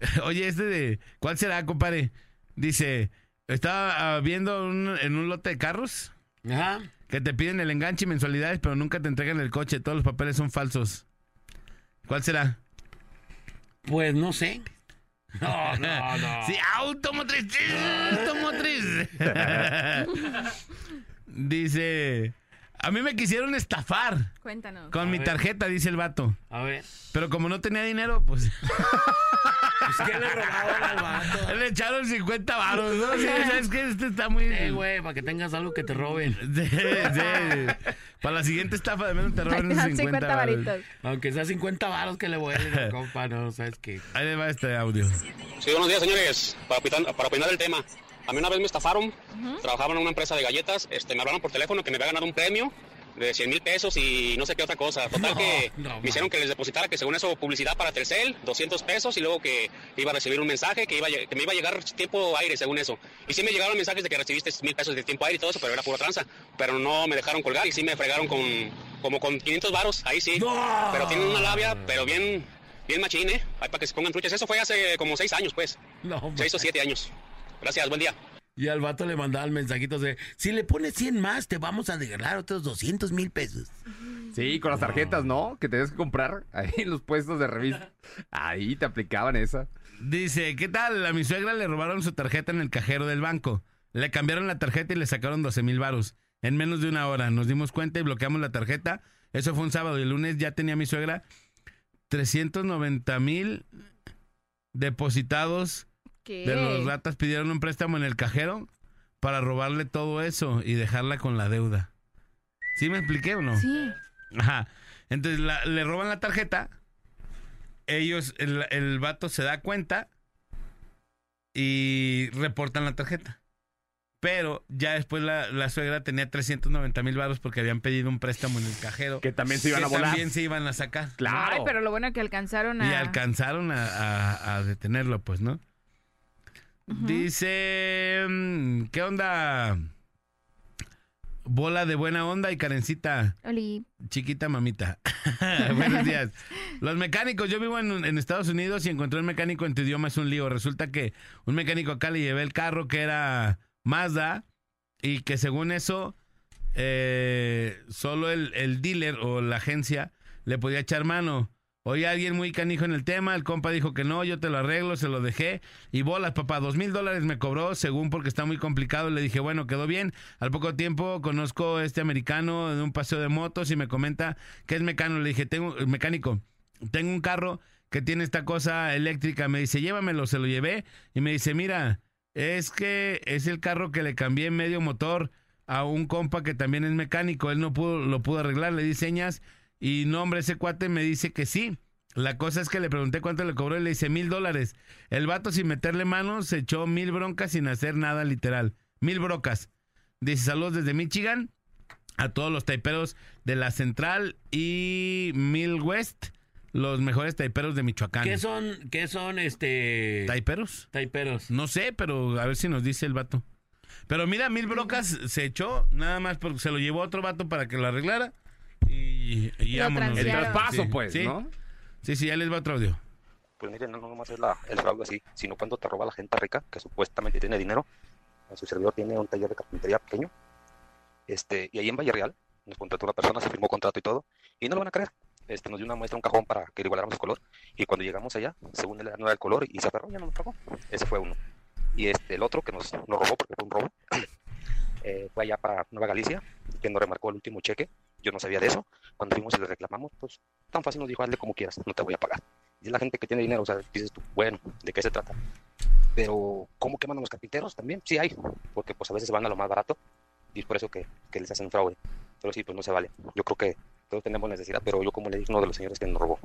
Oye, este de, ¿cuál será, compadre? Dice, estaba ah, viendo un- en un lote de carros
Ajá.
que te piden el enganche y mensualidades, pero nunca te entregan el coche. Todos los papeles son falsos. ¿Cuál será?
Pues no sé. No, no, no.
Sí, automotriz. sí, Automotriz. dice, a mí me quisieron estafar
Cuéntanos.
con mi
ver.
tarjeta, dice el vato.
A ver.
Pero como no tenía dinero, pues
Pues ¿qué le robaron al vato?
le echaron 50 varos, ¿no? Sí, ¿Sabes qué? Este está muy...
Eh, güey, para que tengas algo que te roben.
Sí, sí. Para la siguiente estafa de menos te
Ahí
roban
te
unos
dan
50
50
varos.
varitos.
Aunque sea 50 varos que le vuelen al compa, no, ¿sabes qué?
Ahí les va este audio.
Sí, buenos días, señores. Para, opinar- para opinar del tema, a mí una vez me estafaron. Trabajaba en una empresa de galletas. Este, me hablaron por teléfono que me había ganado un premio de 100 mil pesos y no sé qué otra cosa. Total
No,
que
no, man.
me hicieron que les depositara, que según eso, publicidad para Telcel, 200 pesos y luego que iba a recibir un mensaje que, iba a lle- que me iba a llegar tiempo aire, según eso. Y sí me llegaron mensajes de que recibiste mil pesos de tiempo aire y todo eso, pero era pura tranza. Pero no me dejaron colgar y sí me fregaron con como con 500 varos, ahí sí.
No.
Pero tienen una labia, pero bien, bien machín, ¿eh? Ay, para que se pongan truchas. Eso fue hace como seis años, pues.
No,
Seis o
man.
siete años. Gracias, buen día.
Y al vato le mandaban mensajitos de, si le pones 100 más, te vamos a regalar otros 200 mil pesos.
Sí, con las tarjetas, ¿no? Que tenías que comprar ahí en los puestos de revista. Ahí te aplicaban esa.
Dice, ¿qué tal? A mi suegra le robaron su tarjeta en el cajero del banco. Le cambiaron la tarjeta y le sacaron 12 mil varos. En menos de una hora nos dimos cuenta y bloqueamos la tarjeta. Eso fue un sábado y el lunes ya tenía mi suegra 390 mil depositados
¿Qué?
de los ratas. Pidieron un préstamo en el cajero para robarle todo eso y dejarla con la deuda. ¿Sí me expliqué o no?
Sí.
Ajá. Entonces la- le roban la tarjeta. Ellos, el, el vato se da cuenta y reportan la tarjeta. Pero ya después la, la suegra tenía 390 mil baros porque habían pedido un préstamo en el cajero.
Que también se iban a volar.
También se iban a sacar.
Claro.
Ay, pero lo bueno que alcanzaron a.
Y alcanzaron a, a- a detenerlo, pues, ¿no? Dice, mm, ¿qué onda? Bola de buena onda y carencita.
Oli.
Chiquita mamita. Buenos días. Los mecánicos, yo vivo en, en Estados Unidos y encontré un mecánico en tu idioma es un lío. Resulta que un mecánico acá le llevé el carro que era Mazda y que según eso, eh, solo el, el dealer o la agencia le podía echar mano. Oye, alguien muy canijo en el tema, el compa dijo que no, yo te lo arreglo, se lo dejé y bolas, papá, dos mil dólares me cobró, según porque está muy complicado, le dije, bueno, quedó bien. Al poco tiempo conozco a este americano de un paseo de motos y me comenta que es mecánico, le dije, tengo, eh, mecánico, tengo un carro que tiene esta cosa eléctrica, me dice, llévamelo, se lo llevé y me dice, mira, es que es el carro que le cambié medio motor a un compa que también es mecánico, él no pudo, lo pudo arreglar, le di señas y nombre, ese cuate me dice que sí, La cosa es que le pregunté cuánto le cobró y le hice mil dólares. El vato, sin meterle mano, se echó mil broncas sin hacer nada literal. Mil brocas. Dice saludos desde Michigan a todos los taiperos de la Central y Mil West, los mejores taiperos de Michoacán.
¿Qué son, qué son este.
¿Taiperos?
Taiperos.
No sé, pero a ver si nos dice el vato. Pero mira, mil brocas se echó, nada más porque se lo llevó otro vato para que lo arreglara. Y, y
Lo
vámonos.
El
Claro.
traspaso,
Sí,
pues,
sí.
¿no?
Sí, sí, ya les va otro audio.
Pues miren, no nomás es la, el fraude así, sino cuando te roba la gente rica, que supuestamente tiene dinero. A su servidor tiene un taller de carpintería pequeño. Este, y ahí en Valle Real nos contrató una persona, se firmó contrato y todo. Y no lo van a creer. Este, nos dio una muestra, un cajón para que le igualáramos el color. Y cuando llegamos allá, según él no era el color y se aferró, ya no lo pagó. Ese fue uno. Y este, el otro que nos, nos robó, porque fue un robo, eh, fue allá para Nueva Galicia, que nos remarcó el último cheque. Yo no sabía de eso. Cuando fuimos y le reclamamos, pues tan fácil nos dijo, hazle como quieras, no te voy a pagar. Y es la gente que tiene dinero, o sea, dices tú, bueno, ¿de qué se trata? Pero, ¿cómo queman a los carpinteros también? Sí hay, porque pues a veces van a lo más barato y es por eso que, que les hacen fraude. Pero sí, pues no se vale. Yo creo que todos tenemos necesidad, pero yo como le dije a uno de los señores que nos robó,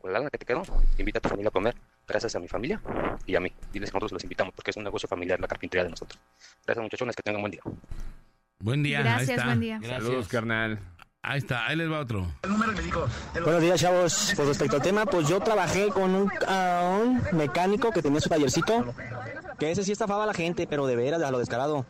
con la lana que te quedó, invita a tu familia a comer, gracias a mi familia y a mí. Diles que nosotros los invitamos, porque es un negocio familiar la carpintería de nosotros. Gracias muchachones, que tengan buen día.
Buen día. ahí
Gracias,
está.
buen día.
Gracias.
Saludos, carnal.
Ahí está, ahí les va otro.
Buenos días, chavos. Pues respecto al tema, pues yo trabajé con un, a un mecánico que tenía su tallercito, que ese sí estafaba a la gente, pero de veras, a lo descarado.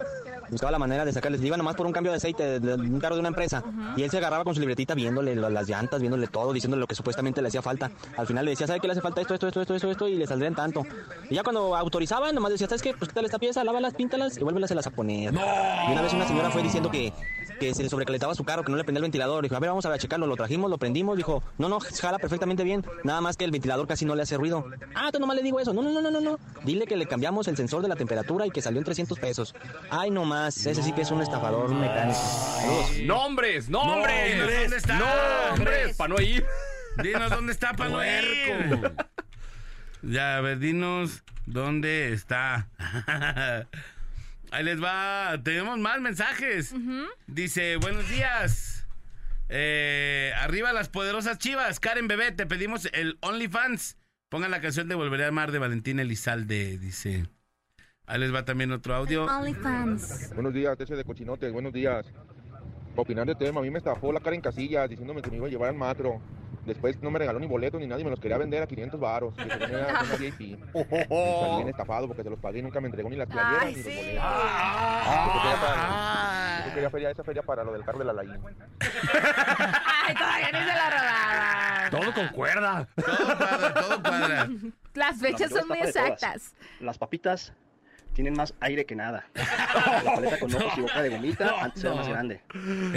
Buscaba la manera de sacarles, iba nomás por un cambio de aceite de, de un carro de una empresa. Y él se agarraba con su libretita viéndole lo- las llantas, viéndole todo, diciéndole lo que supuestamente le hacía falta. Al final le decía, ¿sabe qué le hace falta esto, esto, esto, esto, esto, esto? Y le saldrían tanto. Y ya cuando autorizaban, nomás decía, ¿sabes qué? Pues quítale esta pieza, lávalas, píntalas y vuélvelas a poner. Y una vez una señora fue diciendo que, que se le sobrecalentaba su carro, que no le prendía el ventilador. Dijo, a ver, vamos a ver, a checarlo. Lo trajimos, lo prendimos. Dijo, no, no, jala perfectamente bien. Nada más que el ventilador casi no le hace ruido. Ah, tú nomás le digo eso. No, no, no, no, no, no. Dile que le cambiamos el sensor de la temperatura y que salió en 300 pesos. Ay, no más. Ese sí que es un estafador, un mecánico. Saludos.
¡Nombres! ¡Nombres!
Nombres.
¿Dónde está?
¡Nombres! Para no ir.
Dinos dónde está Panuerco.
Puerco.
Ya, a ver, dinos dónde está. Ahí les va. Tenemos más mensajes. Dice, buenos días. Eh, arriba las poderosas chivas. Karen Bebé, te pedimos el OnlyFans. Pongan la canción de Volveré al Mar de Valentín Elizalde, dice. Ahí les va también otro audio.
OnlyFans.
Buenos días, TC de Cochinotes, buenos días. Opinando de tema, a mí me estafó la cara en casillas diciéndome que me iba a llevar al macro. Después no me regaló ni boleto ni nadie, me los quería vender a 500 baros. Que según era zona VIP. Y salí bien estafado porque se los pagué y nunca me entregó ni las playeras
Ay,
ni los
sí.
boletos. Yo quería
Ah.
para- yo quería feria- esa feria para lo del carro de la Laín.
Ay, todavía no se la robaba.
Todo con cuerda.
Todo cuadra, todo cuadra.
Las fechas son muy exactas.
Las papitas tienen más aire que nada. La paleta con ojos y boca de gomita antes era más grande.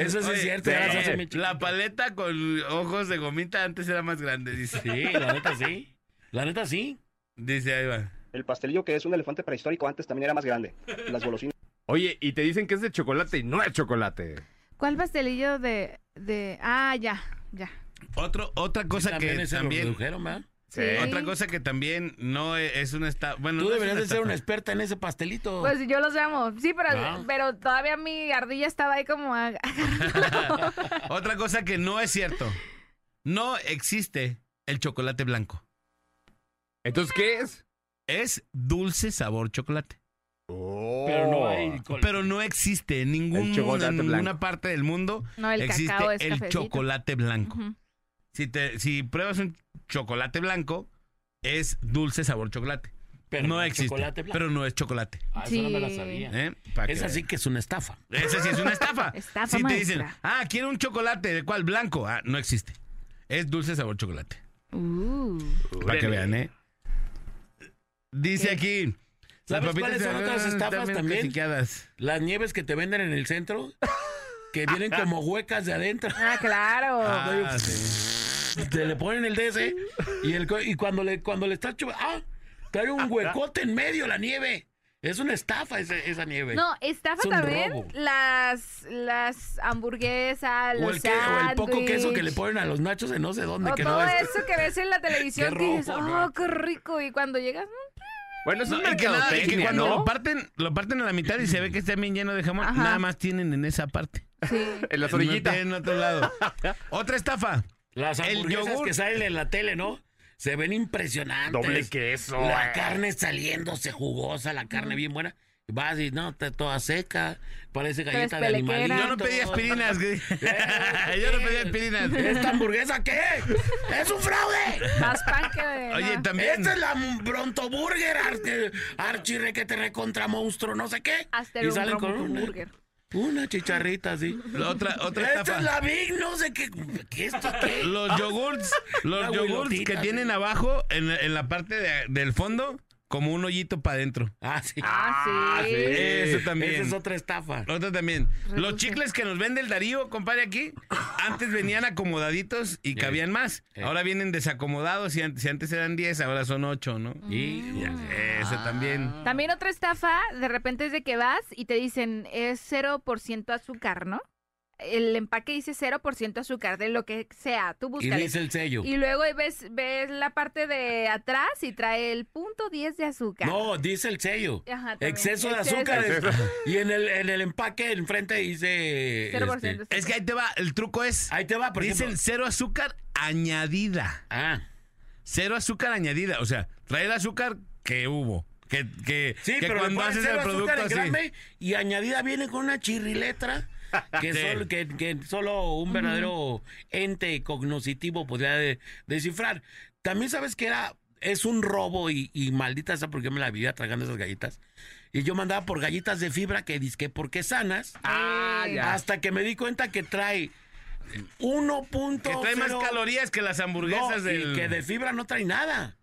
Eso sí
Oye,
es cierto.
sí.
gracias a mi chico.
La paleta con ojos de gomita antes era más grande, dice.
Sí, la neta sí. La neta sí.
Dice, ahí va.
El pastelillo que es un elefante prehistórico antes también era más grande. Las golosinas
Oye, y te dicen que es de chocolate y no es chocolate.
¿Cuál pastelillo de, de... Ah, ya, ya.
Otro, otra cosa que
ese lo
también...
redujeron, ¿verdad?
Sí.
Otra cosa que también no e- es una esta... Bueno,
Tú
no es
deberías
una
de ser
estafa.
una experta en ese pastelito.
Pues yo los amo. Sí, pero,
Ah.
pero todavía mi ardilla estaba ahí como... ag-
Otra cosa que no es cierto. No existe el chocolate blanco.
¿Entonces qué es?
Es dulce sabor chocolate.
pero no hay col-
Pero no existe en, ningún
Oh. El
mundo,
chocolate
en ninguna
blanco.
parte del mundo
No, el
existe
cacao es
el
cafecito.
chocolate blanco.
Ujú.
si, te, si pruebas un chocolate blanco, es dulce sabor chocolate.
pero
no
el
existe,
chocolate blanco.
pero no es chocolate.
Ah, eso no me la
Sí.
sabía.
¿eh? Pa' que
Es
veas.
así que es una estafa.
Esa sí es una estafa.
Estafa
si te dicen,
maestra.
ah, quiero un chocolate, ¿de cuál? Blanco. Ah, no existe. Es dulce sabor chocolate.
Uh.
Para que vean, ¿eh? Dice aquí.
Eh, ¿Sabes
las papitas
cuáles son
de-
otras estafas
también
también?
clasificadas.
Las nieves que te venden en el centro, que vienen como huecas de adentro.
Ah, claro.
Ah, sí.
Te le ponen el DC y, el, co- y cuando le cuando le estás chupando, ¡ah! Trae un huecote en medio la nieve. Es una estafa esa, esa nieve.
No, estafa
Es un
también
robo.
las las hamburguesas,
o,
los
el que- o el poco
sándwich,
queso que le ponen a los nachos de no sé dónde.
o
que
todo
no es-
eso que ves en la televisión
Qué
que dices,
rojo,
oh,
¿no?
qué rico. Y cuando llegas, mm,
Bueno, es un
No, y que nada, y que
mercadotecnia,
cuando lo
¿no?
parten, lo parten a la mitad y se ve que está bien lleno de jamón,
Ajá.
nada más tienen en esa parte.
sí.
En las
No
orillitas.
tienen en otro lado. Otra estafa.
Las
El
hamburguesas
yogur.
que salen en la tele, ¿no?
se ven impresionantes.
Doble queso.
pues, oh, La
eh.
carne saliéndose jugosa, la carne bien buena. Y Vas y no, está toda seca. Parece galleta de
pelequeras.
animalito.
Yo
Yo no pedí aspirinas. güey.
Eh,
Yo no pedí aspirinas.
¿Esta hamburguesa qué? ¡Es un fraude!
Más pan que de-
Oye,
no.
también.
Esta es la Bronto Burger, archi- archirre que te recontra monstruo, no sé qué.
Hasta
y
era
salen
un
con
con
una,
burger.
una chicharrita así.
la Otra, otra
Esta
estafa.
es la Big, no sé qué. ¿Qué esto qué? Ah,
Los yogurts,
La
los yogurts
guilotita,
que tienen abajo, en, en la parte de- del fondo, como un hoyito para adentro.
Ah, sí.
Ah, sí.
Eso
Esa
también.
es otra estafa.
Otra también.
Reduce.
Los chicles que nos vende el Darío, compadre, aquí, antes venían acomodaditos y cabían más.
Eh.
Ahora vienen desacomodados y antes, si antes eran 10, ahora son 8, ¿no?
Y ya sé,
Eso también.
También otra estafa, de repente es de que vas y te dicen es 0% azúcar, ¿no? El empaque dice 0% azúcar, de lo que sea, tú
Y
búscale.
dice el sello.
Y luego ahí ves, ves la parte de atrás y trae el punto 10 de azúcar.
No, dice el sello.
Ajá, también.
Exceso de
Exceso.
azúcar. Y en el, en el empaque enfrente dice.
0%
este,
azúcar.
Es que ahí te va, el truco es,
ahí te va, por
dicen
ejemplo.
cero azúcar añadida.
Ah.
Cero azúcar añadida, o sea, trae el azúcar que hubo. Que, que,
Sí,
que
pero le
cuando
ponen
haces
cero
el producto
azúcar en
así.
grande y añadida viene con una chirriletra que,
Sí.
solo, que, que solo un verdadero ente cognoscitivo podría de- descifrar. También sabes que era es un robo y, y maldita sea porque yo me la vivía tragando esas galletas. Y yo mandaba por galletas de fibra que disque porque sanas
Ah, ya.
hasta que me di cuenta que trae 1.0
Que trae más calorías que las
no,
hamburguesas
y
del...
que de fibra no trae nada.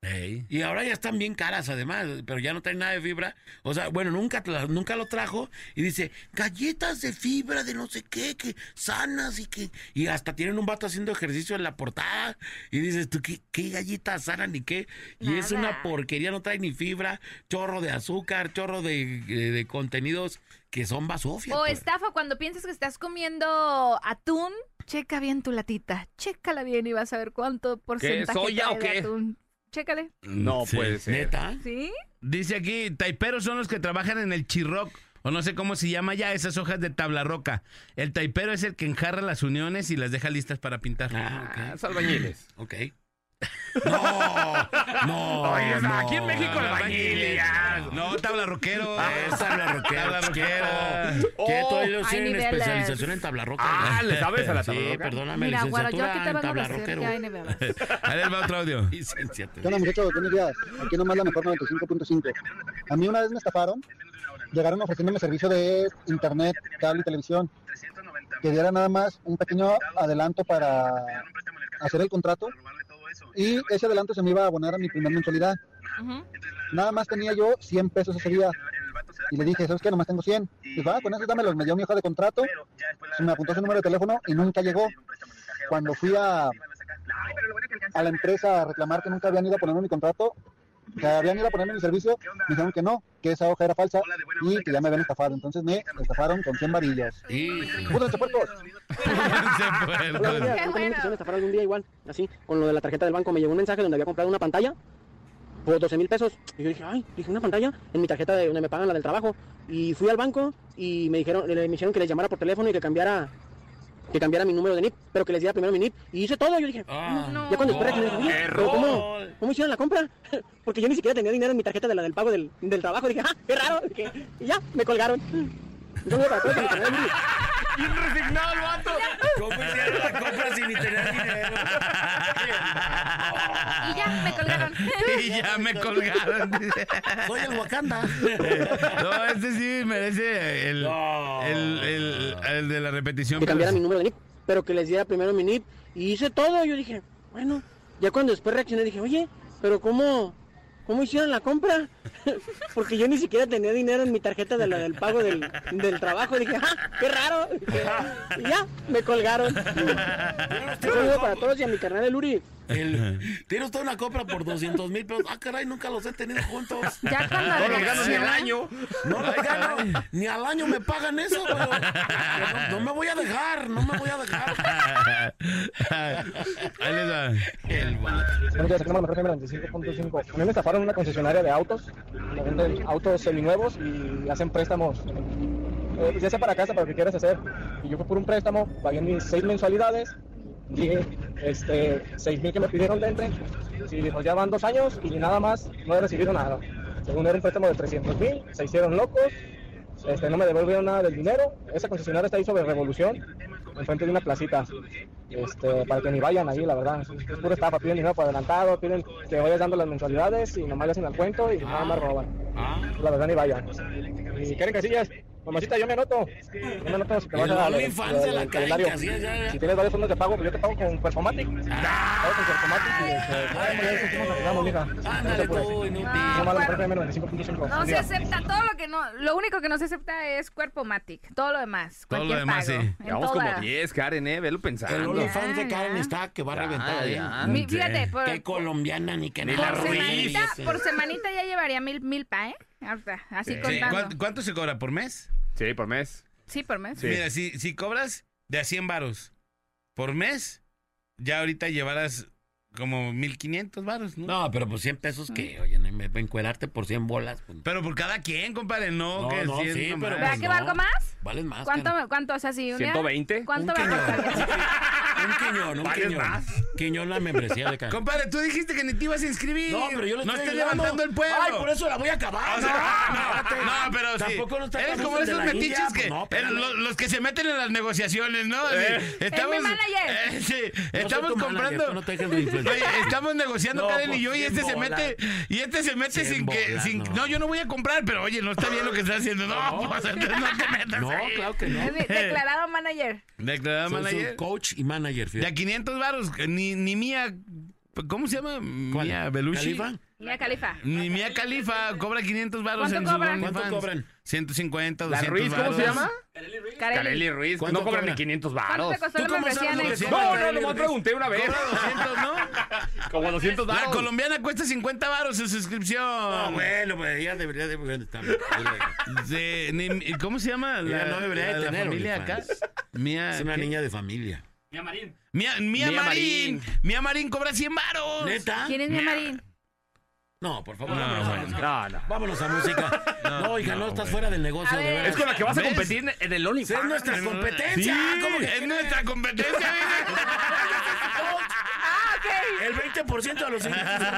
Ey.
Y ahora ya están bien caras además, pero ya no traen nada de fibra. O sea, bueno, nunca, tra- nunca lo trajo y dice, galletas de fibra de no sé qué, que sanas y que... Y hasta tienen un vato haciendo ejercicio en la portada y dices, ¿tú qué, qué galletas sanas ni qué? Y es una
Nada.
porquería, no trae ni fibra, chorro de azúcar, chorro de, eh, de- de contenidos que son basofia.
O
pues.
estafa, cuando piensas que estás comiendo atún, checa bien tu latita. Chécala bien y vas a ver cuánto porcentaje
soya
trae
o
de
qué?
atún. Chécale,
No
Sí.
puede ser.
Neta.
¿sí?
Dice aquí, taiperos son los que trabajan en el chirroc, o no sé cómo se llama ya, esas hojas de tabla roca. El taipero es el que enjarra las uniones y las deja listas para pintar.
Ah,
Ah, es albañiles.
ok. Ok. No, no.
Oye, o sea,
no.
aquí en México
No,
albañiles,
ya.
No, tabla roquero.
Es tablarroquero,
Tabla
chiquero.
Ah. Oh,
Quieto, ellos
hay
tienen
niveles.
especialización en tablarroca.
Ah, ¿le sabes a la
Sí,
tablarroca?
perdóname,
Mira, bueno, yo
licenciatura
aquí te
en
vengo a ofrecer
tablarroquero.
que hay neveras.
A ver, va otro audio.
Licenciatura.
¿Qué onda, muchachos? Buenos días. Aquí nomás la mejor 95.5. A mí una vez me estafaron. Llegaron ofreciéndome servicio de internet, cable y televisión. Que diera nada más un pequeño adelanto para hacer el contrato. Y ese adelanto se me iba a abonar a mi primera mensualidad.
Ujú.
Nada más tenía yo 100 pesos ese día. Y le dije, ¿sabes qué? Nomás tengo 100. Dijo, ah, con eso dámelos. Me dio mi hoja de contrato. Se me apuntó su número de teléfono y nunca llegó. Cuando fui a, a la empresa a reclamar que nunca habían ido a ponerme mi contrato, que habían ido a ponerme mi servicio, me dijeron que no, que esa hoja era falsa y que ya me habían estafado. Entonces me estafaron con 100 varillas. ¡Púdrense, puercos!
Se fue.
Qué
Yo también
bueno.
me quisieron estafar algún día igual, así, con lo de la tarjeta del banco. Me llegó un mensaje donde había comprado una pantalla por 12 mil pesos. Y yo dije, ay, dije, una pantalla en mi tarjeta de donde me pagan la del trabajo. Y fui al banco y me dijeron, le- me dijeron que les llamara por teléfono y que cambiara, que cambiara mi número de NIP, pero que les diera primero mi NIP. Y hice todo, yo dije,
Ah,
No.
ya cuando esperé que me
no,
dije, "Oye, pero ¿cómo,
error.
¿Cómo hicieron la compra? Porque yo ni siquiera tenía dinero en mi tarjeta de la del pago del, del trabajo. Dije, ah, qué raro. Dije, y ya, me colgaron. Entonces, para todo, que me colgaron.
Bien resignado el vato.
¿Cómo hicieron la compra sin ni tener dinero?
Y ya, me colgaron.
Y ya me colgaron.
Soy el Wakanda.
No, este sí merece el,
No.
el, el- el de la repetición. pero-
que cambiara mi número de NIP, pero que les diera primero mi NIP. Y hice todo, yo dije, bueno, ya cuando después reaccioné dije, oye, pero ¿cómo, cómo hicieron la compra? Porque yo ni siquiera tenía dinero en mi tarjeta de la del pago del, del trabajo. Dije, ah, qué raro. Y ya, me colgaron. Un saludo para todos y a mi carnal el Uri.
El- Tienes toda una compra por 200 mil pesos. Ah, caray, nunca los he tenido juntos.
Ya cuando
No lo ganas ni
reacciona-
al año.
No lo gano. Ni al año me pagan eso, pero no, no me voy a dejar, no me voy a dejar.
Ahí les va.
Buenos días, aquí nomás la mejor 95.5. A mí me estafaron en una concesionaria de autos, me venden autos seminuevos y hacen préstamos. Eh, pues ya sea para casa, para lo que quieras hacer. Y yo fui por un préstamo, pagué mis seis mensualidades, dije,
este, 6 mil que me pidieron de entre, y pues ya van dos años y nada más no he recibido nada. Según era un préstamo de 300 mil, se hicieron locos, este, no me devolvieron nada del dinero. Esa concesionaria está ahí sobre Revolución, enfrente de una placita, este, para que ni vayan ahí, la verdad. Es pura estafa, piden dinero por adelantado, piden que vayas dando las mensualidades y nomás le hacen al cuento y nada más roban. La verdad, ni vayan. Y si quieren casillas, mamacita, yo me anoto. Yo me anoto si te vas
El
a- al-
OnlyFans
al-
de la
al
Karen
calendario.
Casillas, ya, Ah. ya.
Si tienes varios fondos de pago, pues yo te pago con Performatic. Pago con Performatic y este, ya nos arreglamos, mija. pues. No te
pues. Ándale
apures.
tú, inútil.
No malo,
cuerpo.
préstame 95.5.
No se
Mira.
acepta todo lo que no, lo único que no se acepta es cuerpo matic, todo lo
Todo
demás,
lo
cualquier
demás,
pago,
sí.
en
Llevamos como
todas.
10, Karen, ¿eh? Velo
El
pensando.
OnlyFans de
Ya,
Karen
ya.
está que va a
Ya,
reventar. ¿eh?
ya.
Mi- fíjate, por,
Qué colombiana ni que
Ni
nada,
la
por
güey.
Ruiz.
semanita,
Sí.
Ah, por semanita ya llevaría mil, mil pa, ¿eh? Ahorita, así
Sí.
Sí,
contando.
¿cuánto, cuánto se cobra por mes?
Sí, por mes.
Sí, por mes.
Sí.
Mira, si, si cobras de a 100 varos por mes, ya ahorita llevarás como 1500 varos, ¿no?
No, pero pues 100
Ah.
pesos que, oye, no, me- encuerarte por 100 bolas. pues,
Pero por cada quien, compadre, no,
No,
que
no,
100
sí,
nomás.
pero
¿Verdad
pues,
que
no.
valgo más?
Valen más.
¿Cuánto,
Karen.
me- cuánto o sea, si un día-
¿120?
¿Cuánto
Un
me
quiñón.
costaría?
Un quiñón, un
¿Vales
quiñón.
más?
Quiñón la membresía de Karen.
Compadre, tú dijiste que ni te ibas a inscribir.
No, pero yo le
No
estoy
estés
ayudando.
levantando el pueblo.
Ay, por eso la voy a acabar.
O sea,
no,
no, no,
ah, espérate.
pero sí.
Tampoco nos
Eres
tratamos
como
de
esos
la
metiches
India,
que.
pues, no, espérame.
eh, lo- los que se meten en las negociaciones, ¿no?
Eh.
Así,
Es mi manager.
eh, sí,
No soy
estamos
tu manager,
comprando.
tú no te dejes de influenciar.
Oye, estamos negociando,
No,
Karen
pues,
y yo, y
cien
este se
bolas.
mete. Y este se mete
Cien
sin que.
bolas,
sin-
no.
no, yo no voy a comprar, pero oye, no está bien lo que estás haciendo. No, pues, entonces no te metas.
No,
ahí.
claro que no.
Es mi declarado manager.
Declarada
Soy
manager.
su coach y manager.
De a
fíjate.
500 varos, ni, ni mía. ¿Cómo se llama?
¿Cuál?
Mía Belushi.
¿Califa?
Mía Califa.
Ni Mía Califa cobra 500 varos
¿Cuánto
en su
cobran?
OnlyFans.
¿Cuánto cobran?
150,
¿La
200
Ruiz, cómo
varos.
se llama?
Carelli.
Carelli Ruiz.
¿Cuánto
No cobran ni
cobra?
500
¿Cuánto
varos.
te costó la
¿Tú cómo
membresía?
sabes lo que
Nelson?
cobra
No, no,
Carelli
nomás
Ruiz?
pregunté una vez.
Cobra 200, ¿no?
Como 200
La
varos.
colombiana cuesta 50 varos su suscripción.
No, bueno, pues ya debería de bueno, está bien.
De- ni- ¿Cómo se llama?
Mira,
La,
no debería de
la- la
tener
familia acá.
OnlyFans.
Mía,
Es una
¿qué?
niña de familia.
Mira, Marín.
Mía, Mía
Mía
Marín. Mía Marín cobra 100 varos.
¿Neta?
¿Quién es mi Marín?
No, por favor,
No,
vámonos, a
bueno.
música.
No, no.
vámonos a música. No, hija, no,
no,
estás
güey.
fuera del negocio,
A
de
ver.
veras.
Es con la que vas a
¿Ves?
competir en el
Sí, Es
OnlyFans.
nuestra competencia.
Sí,
¿Cómo que-
es nuestra competencia.
Ah, ok.
El 20% de los ingresos.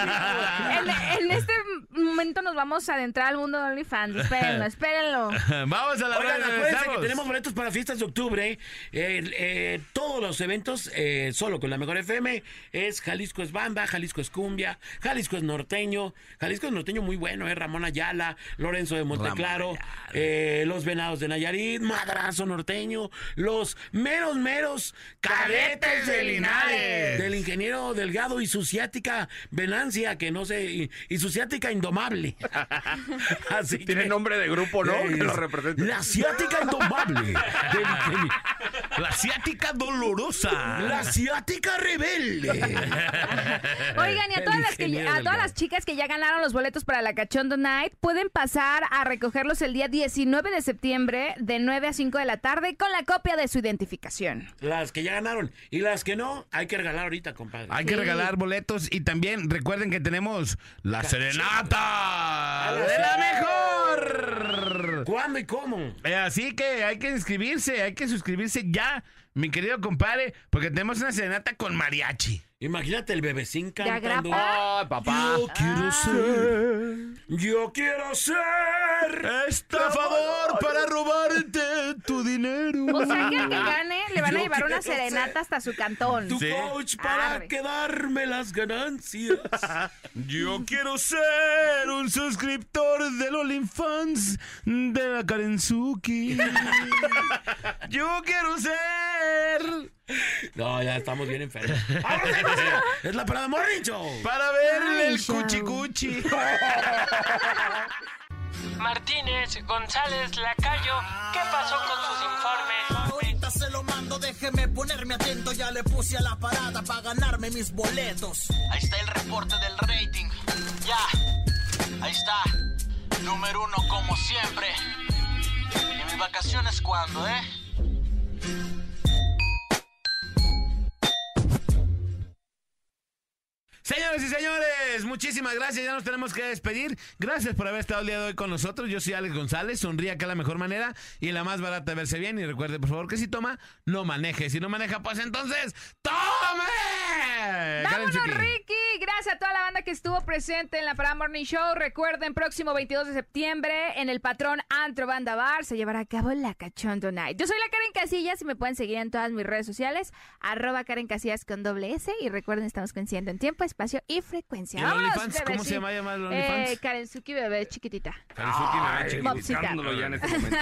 En, en este momento nos vamos a adentrar al mundo de OnlyFans. Espérenlo, espérenlo.
mira. Vamos a la
Oigan,
hora
acuérdense que tenemos boletos para fiestas de octubre. Eh, eh, todos los eventos, eh, solo con la mejor FM, es Jalisco es banda, Jalisco es cumbia, Jalisco es norteño. Jalisco es norteño muy bueno, eh, Ramón Ayala, Lorenzo de Monteclaro, eh, Los Venados de Nayarit, Madrazo norteño, los meros, meros cadetes de Linares. Del ingeniero Delgado y su ciática Venancia, que no sé, y, y su ciática indomable. Así
Tiene
que-
nombre de grupo, ¿no? Que
es
lo representa.
La asiática indomable. del Kemi.
La asiática dolorosa.
la asiática rebelde.
Oigan, y a todas,
El
las, que,
ingeniero
a todas
Delgado.
las chicas que ya ganaron los boletos para la Cachondo Night, pueden pasar a recogerlos el día 19 de septiembre de 9 a 5 de la tarde con la copia de su identificación.
Las que ya ganaron y las que no, hay que regalar ahorita, compadre.
Hay que regalar boletos y también recuerden que tenemos la serenata de la mejor.
¿Cuándo y cómo?
Eh, Así que hay que inscribirse, hay que suscribirse ya, mi querido compadre, porque tenemos una serenata con mariachi.
Imagínate el bebecín cantando.
agrapa? Ah.
Ay, papá.
Yo quiero ser. Yo quiero ser.
Estafador para robarte tu dinero.
O sea que al que gane le van
Yo
a llevar una
quiero ser
serenata hasta su cantón.
Tu
Sí.
coach para
Arre.
quedarme las ganancias.
Yo quiero ser un suscriptor del OnlyFans de la Karenzuki. Yo quiero ser
No, ya estamos bien enfermos. ¡Vámonos, ahí va! es la parada Morning Show.
para verle
Ay,
el
chavo.
cuchicuchi.
Martínez, González, Lacayo, ¿qué pasó con sus informes?
Ahorita se lo mando, déjeme ponerme atento. Ya le puse a la parada para ganarme mis boletos.
Ahí está el reporte del rating. Ya, ahí está. Número uno como siempre. ¿Y mis vacaciones cuándo, eh?
Señores y señores, muchísimas gracias. Ya nos tenemos que despedir. Gracias por haber estado el día de hoy con nosotros. Yo soy Alex González. Sonríe acá la mejor manera y la más barata de verse bien. Y recuerde, por favor, que si toma, no maneje. Si no maneja, pues entonces, ¡tome! Eh, Karen
¡Vámonos,
Chucky.
Ricky! Gracias a toda la banda que estuvo presente en la Parada Morning Show. Recuerden, próximo 22 de septiembre en el Patrón Antro Banda Bar se llevará a cabo la Cachondo Night. Yo soy la Karen Casillas y me pueden seguir en todas mis redes sociales, arroba Karen Casillas con doble S. Y recuerden, estamos coincidiendo en tiempo, espacio y frecuencia.
¿Y el
¡Vámonos,
OnlyFans? ¿Cómo se llama llamar el
Eh,
OnlyFans?
Karen Suki, bebé chiquitita.
Karen Chucky, me va
Ay,
chiquitando.
Mopsita.
buscándolo ya en este momento.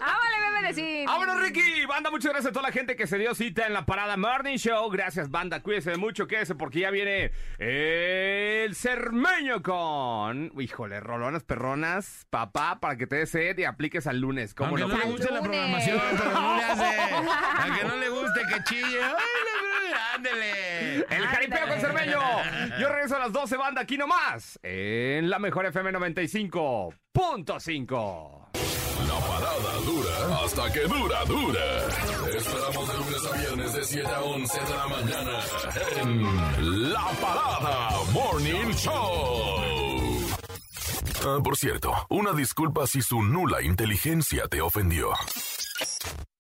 ¡Ah, vale, bebé decir!
¡Vámonos, Ricky! Banda, muchas gracias a toda la gente que se dio cita en la parada Morning Show. Gracias, banda. Cuídense mucho, quédese porque ya viene el Cermeño con. Híjole, rolonas perronas, papá, para que te des sed y apliques al lunes. ¿Cómo
Aunque
no?
no le guste la
Lunes.
programación, pero no le hace. Aunque no le guste que chille. ¡Ay, la verdad! ándele!
El jaripeo con Cermeño. Yo regreso a las 12, banda, aquí nomás. En la mejor FM 95.5.
La parada dura hasta que dura, dura. Esperamos de lunes a viernes de 7 a 11 de la mañana en La Parada Morning Show. Ah, por cierto, una disculpa si su nula inteligencia te ofendió.